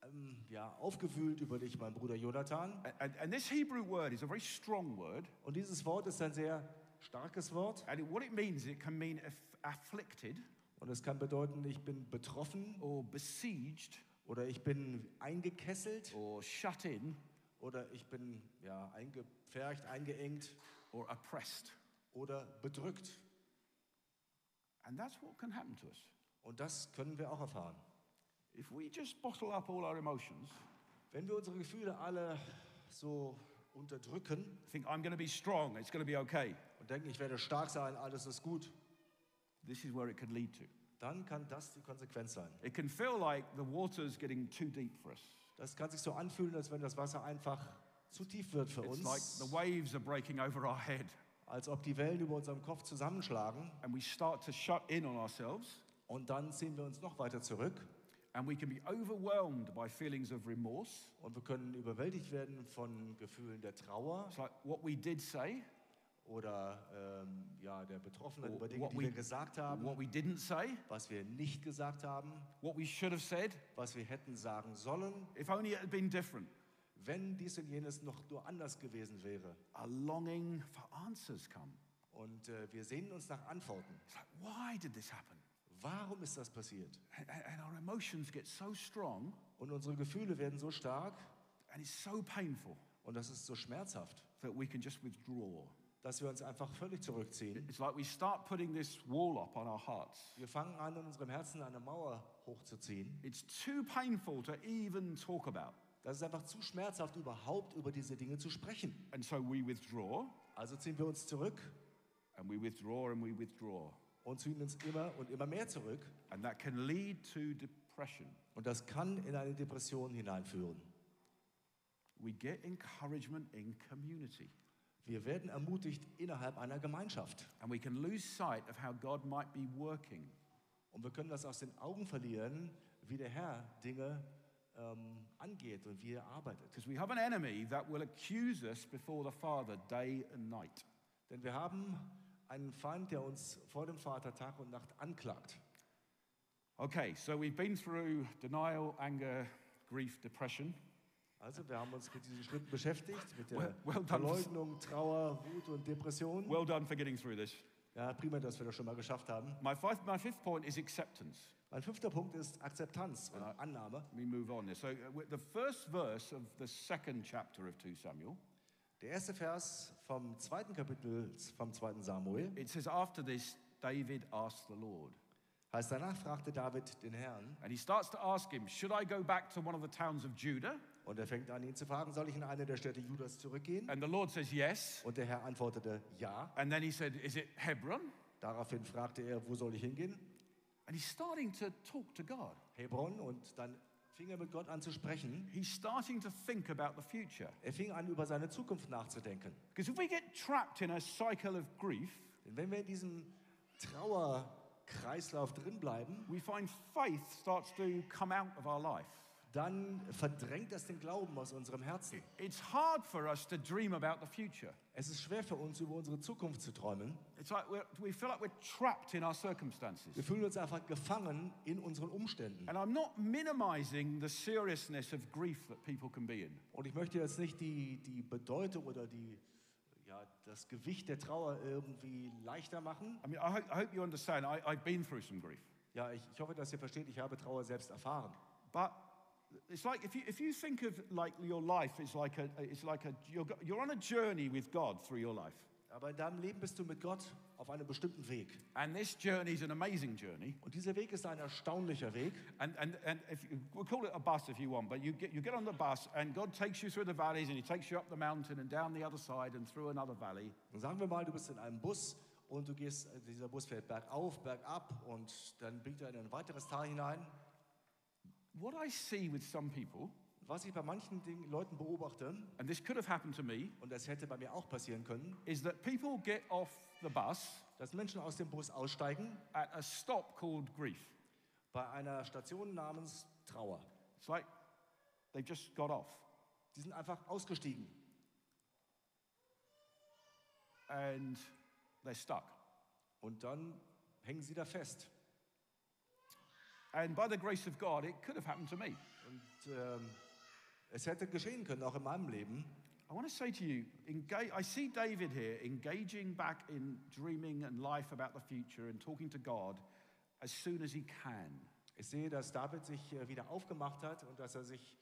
[SPEAKER 2] ähm, ja, aufgewühlt über dich, mein Bruder Jonathan.
[SPEAKER 1] A- And, and this Hebrew word is a very strong word.
[SPEAKER 2] Und dieses Wort ist ein sehr starkes Wort
[SPEAKER 1] And it- what it means, it can mean aff- afflicted
[SPEAKER 2] und es kann bedeuten, ich bin betroffen
[SPEAKER 1] or besieged
[SPEAKER 2] oder ich bin eingekesselt
[SPEAKER 1] or shut in
[SPEAKER 2] oder ich bin ja, eingepfercht, eingeengt
[SPEAKER 1] or oppressed.
[SPEAKER 2] oder bedrückt.
[SPEAKER 1] And that's what can happen to us.
[SPEAKER 2] Und das können wir auch erfahren.
[SPEAKER 1] If we just bottle up all our emotions,
[SPEAKER 2] Wenn wir unsere Gefühle alle so unterdrücken
[SPEAKER 1] think, I'm going to be strong, it's going to be okay,
[SPEAKER 2] und denken, ich werde stark sein, alles ist gut,
[SPEAKER 1] this is where it can lead to.
[SPEAKER 2] dann kann das die Konsequenz sein.
[SPEAKER 1] It can feel like the water's getting too deep for us.
[SPEAKER 2] Das kann sich so anfühlen, als wenn das Wasser einfach zu tief wird für
[SPEAKER 1] It's like
[SPEAKER 2] uns,
[SPEAKER 1] the waves are breaking over our head,
[SPEAKER 2] als ob die Wellen über unserem Kopf zusammenschlagen
[SPEAKER 1] and we start to shut in on ourselves,
[SPEAKER 2] und dann ziehen wir uns noch weiter zurück
[SPEAKER 1] and we can be overwhelmed by feelings of remorse.
[SPEAKER 2] und wir können überwältigt werden von Gefühlen der Trauer
[SPEAKER 1] It's like what we did say,
[SPEAKER 2] oder ähm, ja, der Betroffenheit
[SPEAKER 1] Or
[SPEAKER 2] über Dinge,
[SPEAKER 1] Oh, what
[SPEAKER 2] die
[SPEAKER 1] we-
[SPEAKER 2] wir gesagt haben,
[SPEAKER 1] what we didn't say,
[SPEAKER 2] was wir nicht gesagt haben,
[SPEAKER 1] what we should have said,
[SPEAKER 2] was wir hätten sagen sollen,
[SPEAKER 1] if only it had been different.
[SPEAKER 2] wenn dies und jenes noch nur anders gewesen wäre.
[SPEAKER 1] a longing for answers come.
[SPEAKER 2] Und äh, wir sehnen uns nach Antworten.
[SPEAKER 1] It's like, why did this happen?
[SPEAKER 2] Warum ist das passiert?
[SPEAKER 1] And, and- and our emotions get so strong
[SPEAKER 2] Und unsere Gefühle werden so stark
[SPEAKER 1] and it's so painful
[SPEAKER 2] und das ist so schmerzhaft,
[SPEAKER 1] that we can just withdraw.
[SPEAKER 2] dass wir uns einfach völlig zurückziehen.
[SPEAKER 1] It's like we start putting this wall up on our hearts.
[SPEAKER 2] Wir fangen an, in unserem Herzen eine Mauer hochzuziehen.
[SPEAKER 1] It's too painful to even talk about.
[SPEAKER 2] Das ist einfach zu schmerzhaft, überhaupt über diese Dinge zu sprechen.
[SPEAKER 1] And so we withdraw
[SPEAKER 2] Also ziehen wir uns zurück
[SPEAKER 1] and we withdraw and we withdraw.
[SPEAKER 2] und ziehen uns immer und immer mehr zurück.
[SPEAKER 1] And that can lead to depression.
[SPEAKER 2] Und das kann in eine Depression hineinführen.
[SPEAKER 1] We get encouragement in community.
[SPEAKER 2] Wir werden ermutigt innerhalb einer Gemeinschaft.
[SPEAKER 1] And we can lose sight of how God might be working.
[SPEAKER 2] Und wir können das aus den Augen verlieren, wie der Herr Dinge ähm, angeht und wie er arbeitet.
[SPEAKER 1] Because we have an enemy that will accuse us before the Father day and night.
[SPEAKER 2] Denn wir haben einen Feind, der uns vor dem Vater Tag und Nacht anklagt.
[SPEAKER 1] Okay, so we've been through denial, anger, grief, depression.
[SPEAKER 2] Also wir haben uns mit diesen Schritten beschäftigt, mit der
[SPEAKER 1] Well- well done.
[SPEAKER 2] Verleugnung, Trauer, Wut und Depression.
[SPEAKER 1] Well done for getting through this.
[SPEAKER 2] ja, prima, dass wir das schon mal geschafft haben.
[SPEAKER 1] My, fifth, my fifth point is acceptance.
[SPEAKER 2] Mein fünfter Punkt ist Akzeptanz und
[SPEAKER 1] Ja.
[SPEAKER 2] Annahme.
[SPEAKER 1] Let me move on this. So, uh, w- the first verse of the second chapter of 2 Samuel,
[SPEAKER 2] Der erste Vers vom zweiten Kapitel vom zweiten Samuel
[SPEAKER 1] it says, After this, David asked the Lord.
[SPEAKER 2] heißt, danach fragte David den Herrn
[SPEAKER 1] And he starts to ask him, Should I go back to one of the towns of Judah?
[SPEAKER 2] und er fängt an, ihn zu fragen, soll ich in eine der Städte Judas zurückgehen?
[SPEAKER 1] And the Lord says, Yes.
[SPEAKER 2] Und der Herr antwortete, ja.
[SPEAKER 1] And then he said, Is it Hebron?
[SPEAKER 2] Daraufhin fragte er, wo soll ich hingehen?
[SPEAKER 1] And he's starting to talk to God.
[SPEAKER 2] Hebron und dann fing er mit Gott an zu sprechen.
[SPEAKER 1] He's starting to think about the future.
[SPEAKER 2] Er fing an, über seine Zukunft nachzudenken.
[SPEAKER 1] Because if we get trapped in a cycle of grief,
[SPEAKER 2] Denn wenn wir in diesem Trauerkreislauf drinbleiben,
[SPEAKER 1] we find faith starts to come out of our life.
[SPEAKER 2] dann verdrängt das den Glauben aus unserem Herzen.
[SPEAKER 1] It's hard for us to dream about the future.
[SPEAKER 2] Es ist schwer für uns, über unsere Zukunft zu träumen.
[SPEAKER 1] It's like we're, we feel like we're trapped in our circumstances.
[SPEAKER 2] Wir fühlen uns einfach gefangen in unseren Umständen.
[SPEAKER 1] And I'm not minimizing the seriousness of grief that people can be in.
[SPEAKER 2] Und ich möchte jetzt nicht die, die Bedeutung oder die, ja, das Gewicht der Trauer irgendwie leichter machen.
[SPEAKER 1] I mean, I hope, I hope you understand, I, I've been through some grief.
[SPEAKER 2] Ja, ich, ich hoffe, dass ihr versteht, ich habe Trauer selbst erfahren.
[SPEAKER 1] But it's like if you, if you think of like your life is like a it's like a you're, go- you're on a journey with God through your life,
[SPEAKER 2] Aber in deinem Leben bist du mit Gott auf einem bestimmten Weg.
[SPEAKER 1] and this journey is an amazing journey.
[SPEAKER 2] Und dieser Weg ist ein erstaunlicher Weg.
[SPEAKER 1] And and and if you, we'll call it a bus if you want, but you get you get on the bus and God takes you through the valleys and He takes you up the mountain and down the other side and through another valley.
[SPEAKER 2] Und sagen wir mal, du bist in einem Bus und du gehst, äh, dieser Bus fährt bergauf, bergab und dann biegt er in ein weiteres Tal hinein.
[SPEAKER 1] What I see with some people,
[SPEAKER 2] Was ich bei manchen Dingen, Leuten beobachte,
[SPEAKER 1] and this could have happened to me,
[SPEAKER 2] und das hätte bei mir auch passieren können,
[SPEAKER 1] is that people get off the bus
[SPEAKER 2] dass Menschen aus dem Bus aussteigen
[SPEAKER 1] at a stop called grief.
[SPEAKER 2] bei einer Station namens Trauer.
[SPEAKER 1] It's like they've just got off.
[SPEAKER 2] Die sind einfach ausgestiegen
[SPEAKER 1] and they're stuck.
[SPEAKER 2] und dann hängen sie da fest.
[SPEAKER 1] And by the grace of God, it could have happened to me.
[SPEAKER 2] Und ähm, es hätte geschehen können, auch in meinem Leben.
[SPEAKER 1] I want to say to you, engage, I see David here engaging back in dreaming and life about the future and talking to God as soon as he can.
[SPEAKER 2] Ich sehe, dass David sich äh, wieder aufgemacht hat und dass er sich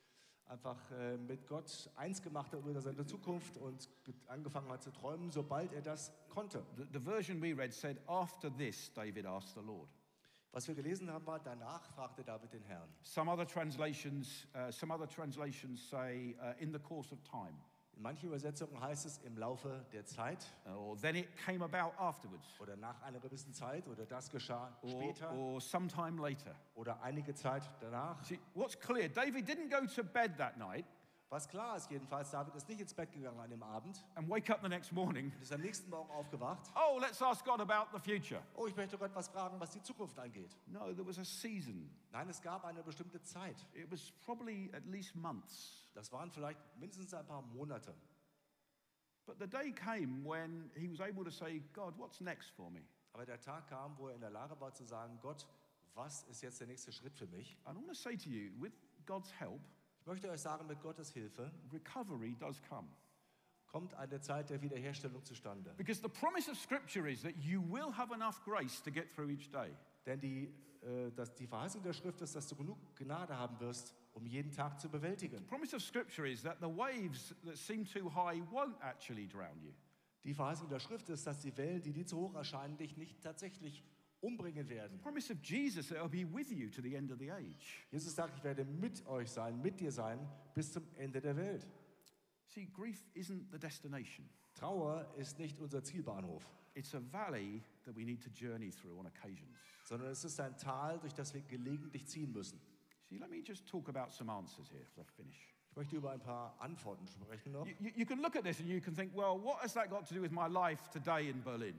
[SPEAKER 2] einfach äh, mit Gott eins gemacht hat über seine Zukunft und ge- angefangen hat zu träumen, sobald er das konnte.
[SPEAKER 1] The, the version we read said, After this, David asked the Lord.
[SPEAKER 2] Was wir gelesen haben, war, danach fragte David den Herrn.
[SPEAKER 1] Some other translations, uh, some other translations say, uh, In the course of time,
[SPEAKER 2] In manchen Übersetzungen heißt es im Laufe der Zeit
[SPEAKER 1] uh, or Then it came about afterwards,
[SPEAKER 2] oder nach einer gewissen Zeit oder das geschah
[SPEAKER 1] or,
[SPEAKER 2] später
[SPEAKER 1] or sometime later.
[SPEAKER 2] oder einige Zeit danach.
[SPEAKER 1] See, what's clear, David didn't go to bed that night
[SPEAKER 2] Was klar ist jedenfalls, David ist nicht ins Bett gegangen an dem Abend
[SPEAKER 1] and wake up the next morning.
[SPEAKER 2] und ist am nächsten Morgen aufgewacht.
[SPEAKER 1] Oh, let's ask God about the future.
[SPEAKER 2] Oh, ich möchte Gott was fragen, was die Zukunft angeht.
[SPEAKER 1] No, there was a season.
[SPEAKER 2] Nein, es gab eine bestimmte Zeit.
[SPEAKER 1] It was probably at least months.
[SPEAKER 2] Das waren vielleicht mindestens ein paar Monate.
[SPEAKER 1] But the day came when he was able to say, God, what's next for me?
[SPEAKER 2] Aber der Tag kam, wo er in der Lage war zu sagen, Gott, was ist jetzt der nächste Schritt für mich?
[SPEAKER 1] And I want to say to you, with God's help,
[SPEAKER 2] Ich Ich möchte euch sagen, mit Gottes Hilfe
[SPEAKER 1] recovery does come.
[SPEAKER 2] kommt eine Zeit der Wiederherstellung zustande.
[SPEAKER 1] Because the promise of Scripture is that you will have enough grace to get through each day.
[SPEAKER 2] Denn die, äh, das, die Verheißung der Schrift ist, dass du genug Gnade haben wirst, um jeden Tag zu bewältigen.
[SPEAKER 1] The promise of Scripture is that the waves that seem too high won't actually drown you.
[SPEAKER 2] Die Verheißung der Schrift ist, dass die Wellen, die dir zu hoch erscheinen, dich nicht tatsächlich umbringen werden.
[SPEAKER 1] The promise of Jesus that I'll be with you to the end of the age.
[SPEAKER 2] Jesus sagt, ich werde mit euch sein, mit dir sein, bis zum Ende der Welt.
[SPEAKER 1] See, grief isn't the destination,
[SPEAKER 2] Trauer ist nicht unser Zielbahnhof,
[SPEAKER 1] it's a valley that we need to journey through on occasions.
[SPEAKER 2] sondern es ist ein Tal, durch das wir gelegentlich ziehen müssen.
[SPEAKER 1] See, let me just talk about some answers here as I finish.
[SPEAKER 2] Ich möchte über ein paar Antworten sprechen noch.
[SPEAKER 1] You, you, you can look at this and you can think, well, what has that got to do with my life today in Berlin?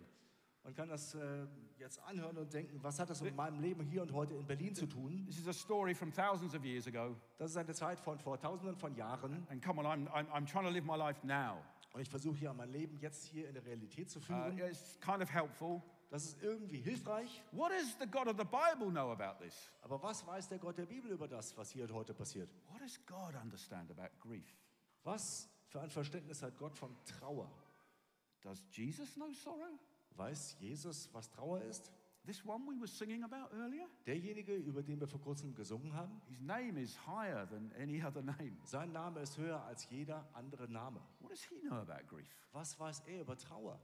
[SPEAKER 2] Man kann das äh, jetzt anhören und denken, was hat das mit meinem Leben hier und heute in Berlin zu tun?
[SPEAKER 1] This is a story from thousands of years ago,
[SPEAKER 2] Das ist eine Zeit von vor Tausenden von Jahren
[SPEAKER 1] and come on, I'm, I'm, I'm trying to live my life now.
[SPEAKER 2] und ich versuche hier mein Leben jetzt hier in der Realität zu
[SPEAKER 1] Uh,
[SPEAKER 2] führen.
[SPEAKER 1] yeah, it's kind of helpful.
[SPEAKER 2] Das ist irgendwie hilfreich,
[SPEAKER 1] What does the God of the Bible know about this?
[SPEAKER 2] aber was weiß der Gott der Bibel über das, was hier und heute passiert?
[SPEAKER 1] What does God understand about grief?
[SPEAKER 2] Was für ein Verständnis hat Gott von Trauer?
[SPEAKER 1] Does Jesus know sorrow?
[SPEAKER 2] Weiß Jesus, was Trauer ist?
[SPEAKER 1] This one we were singing about earlier?
[SPEAKER 2] Derjenige, über den wir vor kurzem gesungen haben,
[SPEAKER 1] His name is higher than any other name.
[SPEAKER 2] sein Name ist höher als jeder andere Name.
[SPEAKER 1] What does he know about grief?
[SPEAKER 2] Was weiß er über Trauer?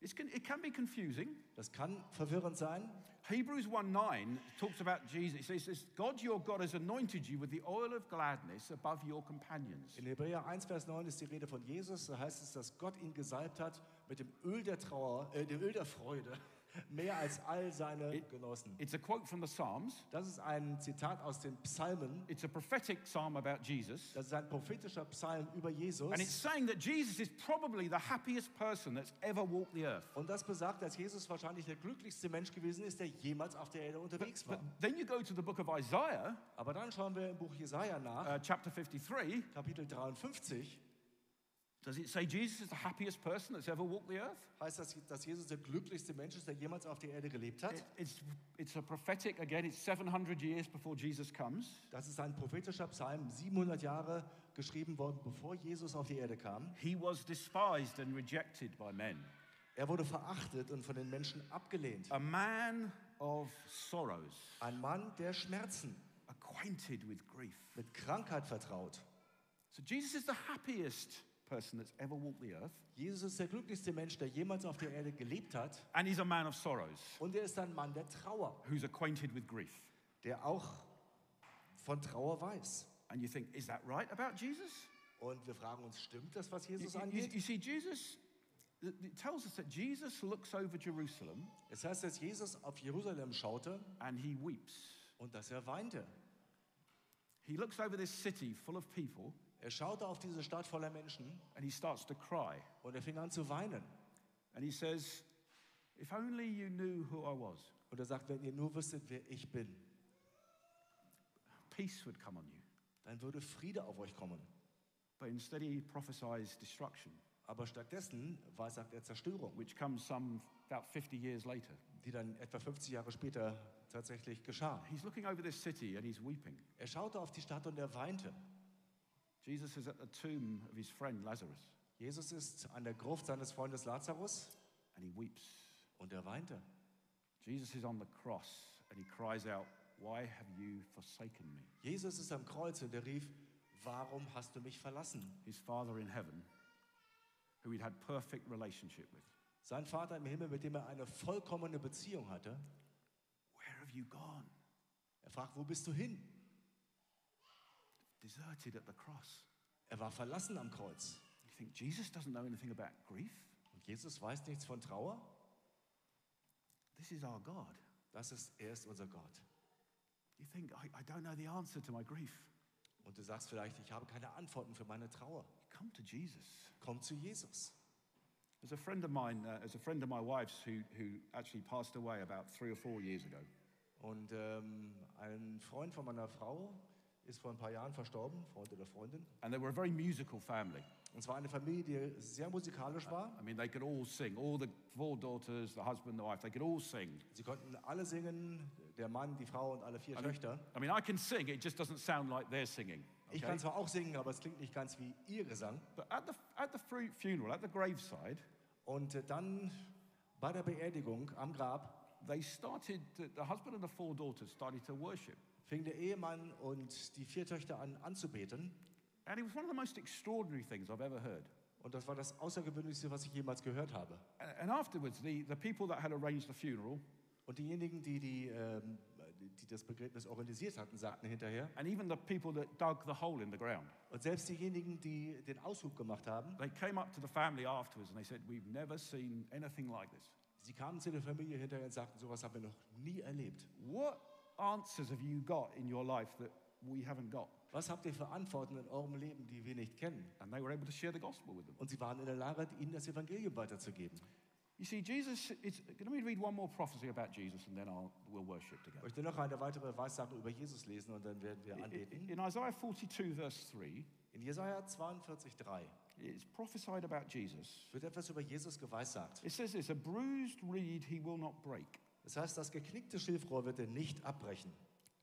[SPEAKER 1] It's can, it can be confusing.
[SPEAKER 2] Das kann verwirrend sein.
[SPEAKER 1] Hebrews 1 9 talks about Jesus. It says, this, God your God has anointed you with the oil of gladness above your companions.
[SPEAKER 2] In Hebräer 1, Vers 9 ist die Rede von Jesus. Da heißt es, dass Gott ihn gesalbt hat mit dem Öl der Trauer, äh, dem Öl der Freude, mehr als all seine Genossen.
[SPEAKER 1] It's a quote from the Psalms.
[SPEAKER 2] Das ist ein Zitat aus den Psalmen.
[SPEAKER 1] It's a prophetic psalm about Jesus.
[SPEAKER 2] Das ist ein prophetischer Psalm über Jesus.
[SPEAKER 1] And it's saying that Jesus is probably the happiest person that's ever walked the earth.
[SPEAKER 2] Und das besagt, dass Jesus wahrscheinlich der glücklichste Mensch gewesen ist, der jemals auf der Erde unterwegs war.
[SPEAKER 1] But then you go to the book of Isaiah,
[SPEAKER 2] Aber dann schauen wir im Buch Jesaja nach,
[SPEAKER 1] uh, chapter 53.
[SPEAKER 2] Kapitel 53,
[SPEAKER 1] Does it say Jesus is the happiest person that's ever walked the earth?
[SPEAKER 2] heißt das, dass Jesus der glücklichste Mensch ist, der jemals auf der Erde gelebt hat.
[SPEAKER 1] It- it's, it's a prophetic, again, it's 700 years before Jesus comes.
[SPEAKER 2] Das ist ein prophetischer Psalm, 700 Jahre geschrieben worden, bevor Jesus auf die Erde kam.
[SPEAKER 1] He was despised and rejected by men,
[SPEAKER 2] Er wurde verachtet und von den Menschen abgelehnt.
[SPEAKER 1] a man of sorrows,
[SPEAKER 2] Ein Mann der Schmerzen,
[SPEAKER 1] acquainted with grief.
[SPEAKER 2] mit Krankheit vertraut.
[SPEAKER 1] So Jesus is the happiest person that's ever walked the earth,
[SPEAKER 2] Jesus ist der glücklichste Mensch, der jemals auf der Erde gelebt hat.
[SPEAKER 1] and he's a man of sorrows
[SPEAKER 2] Und er ist ein Mann der Trauer,
[SPEAKER 1] who's acquainted with grief.
[SPEAKER 2] der auch von Trauer weiß.
[SPEAKER 1] And you think, is that right about Jesus?
[SPEAKER 2] Und wir fragen uns, stimmt das, was
[SPEAKER 1] You,
[SPEAKER 2] Jesus
[SPEAKER 1] you-
[SPEAKER 2] angeht?
[SPEAKER 1] you see, Jesus, it it tells us that Jesus looks over Jerusalem
[SPEAKER 2] Es heißt, dass Jesus auf Jerusalem schaute
[SPEAKER 1] and he weeps.
[SPEAKER 2] und dass er weinte.
[SPEAKER 1] He looks over this city full of people
[SPEAKER 2] Er schaute auf diese Stadt voller Menschen
[SPEAKER 1] and he starts to cry.
[SPEAKER 2] und er fing an zu weinen.
[SPEAKER 1] And he says, If only you knew who I was,
[SPEAKER 2] Und er sagt, wenn ihr nur wüsstet, wer ich bin,
[SPEAKER 1] peace would come on you.
[SPEAKER 2] dann würde Friede auf euch kommen.
[SPEAKER 1] But instead, he prophesies destruction,
[SPEAKER 2] Aber stattdessen war, sagt er Zerstörung,
[SPEAKER 1] which comes some about 50 years later.
[SPEAKER 2] die dann etwa 50 Jahre später tatsächlich geschah.
[SPEAKER 1] He's looking over this city and he's weeping.
[SPEAKER 2] Er schaute auf die Stadt und er weinte.
[SPEAKER 1] Jesus is at the tomb of his friend Lazarus
[SPEAKER 2] Jesus ist an der Gruft seines Freundes Lazarus
[SPEAKER 1] and he weeps.
[SPEAKER 2] und er weinte.
[SPEAKER 1] Jesus is on the cross and he cries out, Why have you forsaken me?
[SPEAKER 2] Jesus ist am Kreuz und er rief, warum hast du mich verlassen?
[SPEAKER 1] His Father in heaven, who he'd had perfect relationship with.
[SPEAKER 2] Sein Vater im Himmel, mit dem er eine vollkommene Beziehung hatte,
[SPEAKER 1] Where have you gone?
[SPEAKER 2] er fragt, wo bist du hin?
[SPEAKER 1] Deserted at the cross.
[SPEAKER 2] Er war verlassen am Kreuz.
[SPEAKER 1] You think Jesus doesn't know anything about grief?
[SPEAKER 2] Und Jesus weiß nichts von Trauer?
[SPEAKER 1] This is our God.
[SPEAKER 2] Das ist, er ist unser Gott.
[SPEAKER 1] You think, I, I don't know the answer to my grief.
[SPEAKER 2] Und du sagst vielleicht, ich habe keine Antworten für meine Trauer.
[SPEAKER 1] Come to Jesus.
[SPEAKER 2] Komm zu Jesus.
[SPEAKER 1] There's a friend of mine, uh, as a friend of my wife's, who, who actually passed away about three or four years ago.
[SPEAKER 2] Und ähm, ein Freund von meiner Frau ist vor ein paar Jahren verstorben, Freund oder Freundin.
[SPEAKER 1] And they were a very musical family.
[SPEAKER 2] Und zwar eine Familie, die sehr musikalisch war.
[SPEAKER 1] I mean, they could all sing, all the four daughters, the husband, the wife, they could all sing.
[SPEAKER 2] Sie konnten alle singen, der Mann, die Frau und alle vier
[SPEAKER 1] I mean,
[SPEAKER 2] Töchter.
[SPEAKER 1] I mean, I can sing, it just doesn't sound like they're singing. I
[SPEAKER 2] Ich
[SPEAKER 1] Okay.
[SPEAKER 2] kann zwar auch singen, aber es klingt nicht ganz wie ihr Gesang.
[SPEAKER 1] But at the, at the fru- funeral, at the graveside,
[SPEAKER 2] Und äh, dann bei der Beerdigung am Grab
[SPEAKER 1] they started, to, the husband and the four daughters started to worship.
[SPEAKER 2] fing der Ehemann und die vier Töchter an anzubeten.
[SPEAKER 1] And it was one of the most extraordinary things I've ever heard.
[SPEAKER 2] Und das war das Außergewöhnlichste, was ich jemals gehört habe.
[SPEAKER 1] A- And afterwards, the, the people that had arranged the funeral,
[SPEAKER 2] Und diejenigen, die, die, ähm, die die das Begräbnis organisiert hatten, sagten hinterher,
[SPEAKER 1] and even the people that dug the hole in the ground,
[SPEAKER 2] und selbst diejenigen, die den Aushub gemacht haben,
[SPEAKER 1] they came up to the family afterwards and they said, We've never seen anything like this.
[SPEAKER 2] sie kamen zu der Familie hinterher und sagten, sowas haben wir noch nie erlebt.
[SPEAKER 1] What answers have you got in your life that we haven't got?
[SPEAKER 2] Was habt ihr für Antworten in eurem Leben, die wir nicht kennen?
[SPEAKER 1] And they were able to share the gospel with them.
[SPEAKER 2] Und sie waren in der Lage, ihnen das Evangelium weiterzugeben.
[SPEAKER 1] You see, Jesus, it's, let me read one more prophecy about Jesus and then I'll, we'll worship
[SPEAKER 2] Ich
[SPEAKER 1] together.
[SPEAKER 2] möchte noch eine weitere Weissache über Jesus lesen und dann werden wir
[SPEAKER 1] I-
[SPEAKER 2] anbeten.
[SPEAKER 1] i- In Isaiah 42, verse 3,
[SPEAKER 2] In Jesaja 42,3
[SPEAKER 1] it's prophesied about Jesus.
[SPEAKER 2] wird etwas über Jesus geweissagt.
[SPEAKER 1] It says this a bruised reed he will not break,
[SPEAKER 2] Das heißt, das geknickte Schilfrohr wird er nicht abbrechen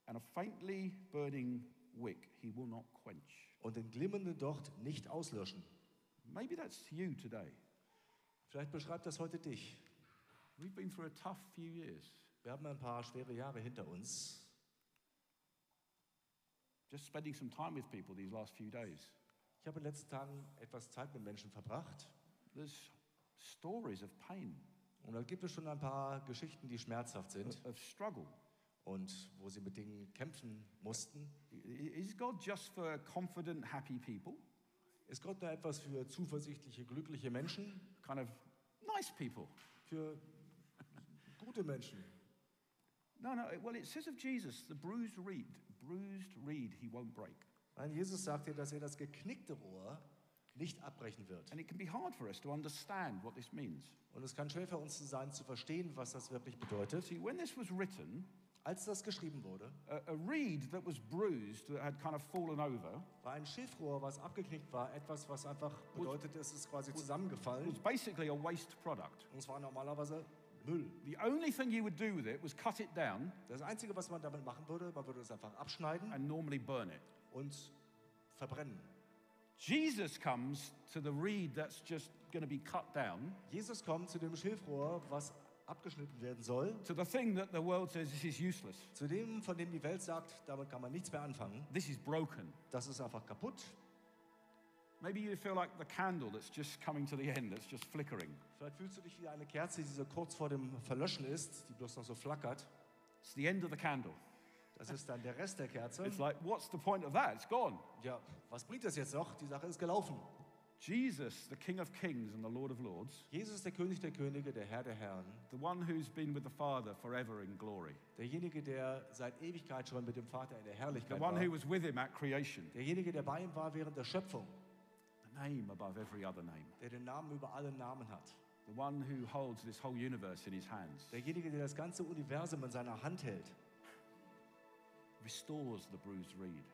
[SPEAKER 1] and a faintly burning wick he will not quench.
[SPEAKER 2] und den glimmenden Docht nicht auslöschen.
[SPEAKER 1] Maybe that's you today.
[SPEAKER 2] Vielleicht beschreibt das heute dich.
[SPEAKER 1] We've been through a tough few years.
[SPEAKER 2] Wir haben ein paar schwere Jahre hinter uns.
[SPEAKER 1] Just spending some time with people these last few days.
[SPEAKER 2] Ich habe in den letzten Tagen etwas Zeit mit Menschen verbracht
[SPEAKER 1] There's stories of pain,
[SPEAKER 2] und da gibt es schon ein paar Geschichten, die schmerzhaft
[SPEAKER 1] of,
[SPEAKER 2] sind
[SPEAKER 1] of struggle.
[SPEAKER 2] und wo sie mit Dingen kämpfen mussten.
[SPEAKER 1] I- Is God just for confident, happy people?
[SPEAKER 2] Ist Gott nur etwas für zuversichtliche, glückliche Menschen?
[SPEAKER 1] Kind of nice people?
[SPEAKER 2] Für gute Menschen?
[SPEAKER 1] No, no. Well, it says of Jesus, the bruised reed, bruised reed he won't break.
[SPEAKER 2] Nein, Jesus sagt dir, dass er das geknickte Rohr nicht abbrechen wird.
[SPEAKER 1] And it can be hard for us to understand what this means.
[SPEAKER 2] Und es kann schwer für uns zu sein, zu verstehen, was das wirklich bedeutet.
[SPEAKER 1] See, when this was written,
[SPEAKER 2] Als das geschrieben wurde,
[SPEAKER 1] a, a reed that was bruised, that had kind of fallen over,
[SPEAKER 2] war ein Schilfrohr, was abgeknickt war, etwas, was einfach bedeutet, es ist quasi zusammengefallen.
[SPEAKER 1] was basically a waste product.
[SPEAKER 2] Und es war normalerweise Müll.
[SPEAKER 1] The only thing you would do with it was cut it down
[SPEAKER 2] Das Einzige, was man damit machen würde, man würde es einfach abschneiden
[SPEAKER 1] and normally burn it.
[SPEAKER 2] und verbrennen.
[SPEAKER 1] Jesus comes to the reed that's just going to be cut down,
[SPEAKER 2] Jesus kommt zu dem Schilfrohr, was abgeschnitten werden soll,
[SPEAKER 1] to the thing that the world says this is useless,
[SPEAKER 2] zu dem, von dem die Welt sagt, damit kann man nichts mehr anfangen.
[SPEAKER 1] this is broken.
[SPEAKER 2] Das ist einfach kaputt.
[SPEAKER 1] Maybe you feel like the candle that's just coming to the end, that's just flickering.
[SPEAKER 2] Vielleicht fühlst du dich wie eine Kerze, die so kurz vor dem Verlöschen ist, die bloß noch so flackert.
[SPEAKER 1] It's the end of the candle.
[SPEAKER 2] Das ist dann der Rest der Kerze.
[SPEAKER 1] It's like, what's the point of that? It's gone.
[SPEAKER 2] Ja, was bringt das jetzt noch? Die Sache ist gelaufen.
[SPEAKER 1] Jesus, the King of Kings and the Lord of Lords,
[SPEAKER 2] Jesus, der König der Könige, der Herr der Herren,
[SPEAKER 1] the one who's been with the Father forever in glory,
[SPEAKER 2] derjenige, der seit Ewigkeit schon mit dem Vater in der
[SPEAKER 1] the
[SPEAKER 2] Herrlichkeit
[SPEAKER 1] one who
[SPEAKER 2] war,
[SPEAKER 1] was with him at creation,
[SPEAKER 2] derjenige, der bei ihm war während der Schöpfung,
[SPEAKER 1] the name above every other name,
[SPEAKER 2] der den Namen über alle Namen hat,
[SPEAKER 1] the one who holds this whole universe in his hands,
[SPEAKER 2] derjenige, der das ganze Universum in seiner Hand hält,
[SPEAKER 1] restores the bruised reed.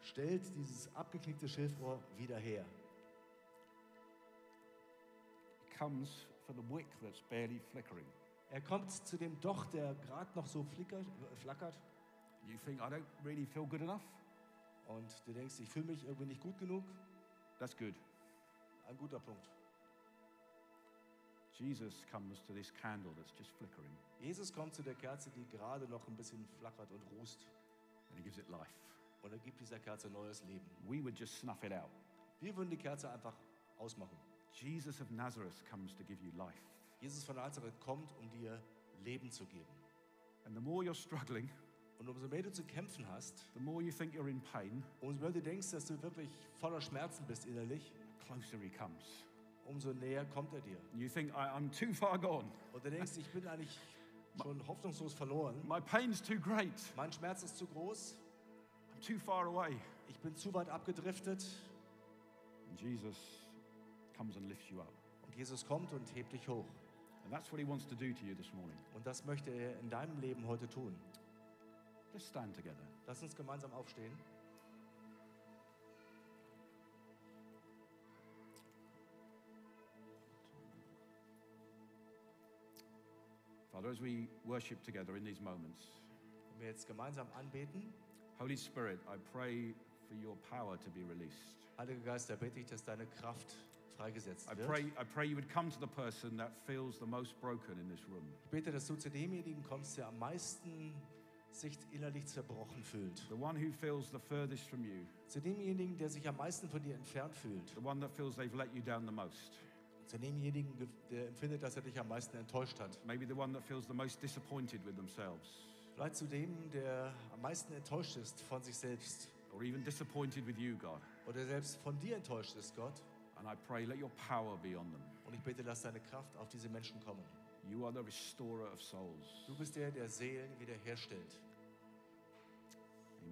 [SPEAKER 2] stellt dieses abgeknickte Schilfrohr wieder her.
[SPEAKER 1] comes for the wick that's barely flickering.
[SPEAKER 2] Er kommt zu dem Docht, der gerade noch so flickert, äh, flackert
[SPEAKER 1] You think, I don't really feel good enough?
[SPEAKER 2] und du denkst, ich fühle mich irgendwie nicht gut genug.
[SPEAKER 1] That's good.
[SPEAKER 2] Ein guter Punkt.
[SPEAKER 1] Jesus comes to this candle that's just flickering
[SPEAKER 2] Jesus kommt zu der Kerze, die gerade noch ein bisschen flackert und rußt
[SPEAKER 1] and he gives it life.
[SPEAKER 2] und er gibt dieser Kerze neues Leben.
[SPEAKER 1] We would just snuff it out.
[SPEAKER 2] Wir würden die Kerze einfach ausmachen.
[SPEAKER 1] Jesus of Nazareth comes to give you life.
[SPEAKER 2] Jesus von Nazareth kommt, um dir Leben zu geben.
[SPEAKER 1] And the more you're struggling,
[SPEAKER 2] Und umso mehr du zu kämpfen hast,
[SPEAKER 1] the more you think you're in pain,
[SPEAKER 2] umso mehr du denkst, dass du wirklich voller Schmerzen bist innerlich,
[SPEAKER 1] the closer he comes.
[SPEAKER 2] umso näher kommt er dir.
[SPEAKER 1] You think, I, I'm too far gone.
[SPEAKER 2] Und du denkst, ich bin eigentlich schon hoffnungslos verloren.
[SPEAKER 1] My pain's too great.
[SPEAKER 2] Mein Schmerz ist zu groß.
[SPEAKER 1] I'm too far away. And
[SPEAKER 2] Ich bin zu weit abgedriftet.
[SPEAKER 1] Jesus comes and lifts you up.
[SPEAKER 2] Und Jesus kommt und hebt dich hoch.
[SPEAKER 1] And that's what he wants to do to you this morning.
[SPEAKER 2] Und das möchte er in deinem Leben heute tun.
[SPEAKER 1] Let's stand together.
[SPEAKER 2] Lass uns gemeinsam aufstehen.
[SPEAKER 1] Father, as we worship together in these moments,
[SPEAKER 2] Und wir jetzt gemeinsam anbeten.
[SPEAKER 1] Holy Spirit, I pray for your power to be released.
[SPEAKER 2] Heiliger Geist, da bete ich, dass deine Kraft freigesetzt
[SPEAKER 1] I
[SPEAKER 2] wird.
[SPEAKER 1] pray, I pray you would come to the person that feels the most broken in this room,
[SPEAKER 2] Ich bete, dass du zu demjenigen kommst, der am meisten sich innerlich zerbrochen fühlt.
[SPEAKER 1] the one who feels the furthest from you,
[SPEAKER 2] Zu demjenigen, der sich am meisten von dir entfernt fühlt.
[SPEAKER 1] the one that feels they've let you down the most,
[SPEAKER 2] Zu demjenigen, ge- der empfindet, dass er dich am meisten enttäuscht hat.
[SPEAKER 1] maybe the one that feels the most disappointed with themselves,
[SPEAKER 2] Vielleicht zu dem, der am meisten enttäuscht ist von sich selbst.
[SPEAKER 1] or even disappointed with you, God.
[SPEAKER 2] Oder selbst von dir enttäuscht ist, Gott.
[SPEAKER 1] And I pray, let your power be on them.
[SPEAKER 2] Und ich bete, lass deine Kraft auf diese Menschen kommen.
[SPEAKER 1] You are the restorer of souls.
[SPEAKER 2] Du bist der, der Seelen wiederherstellt.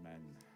[SPEAKER 1] Amen.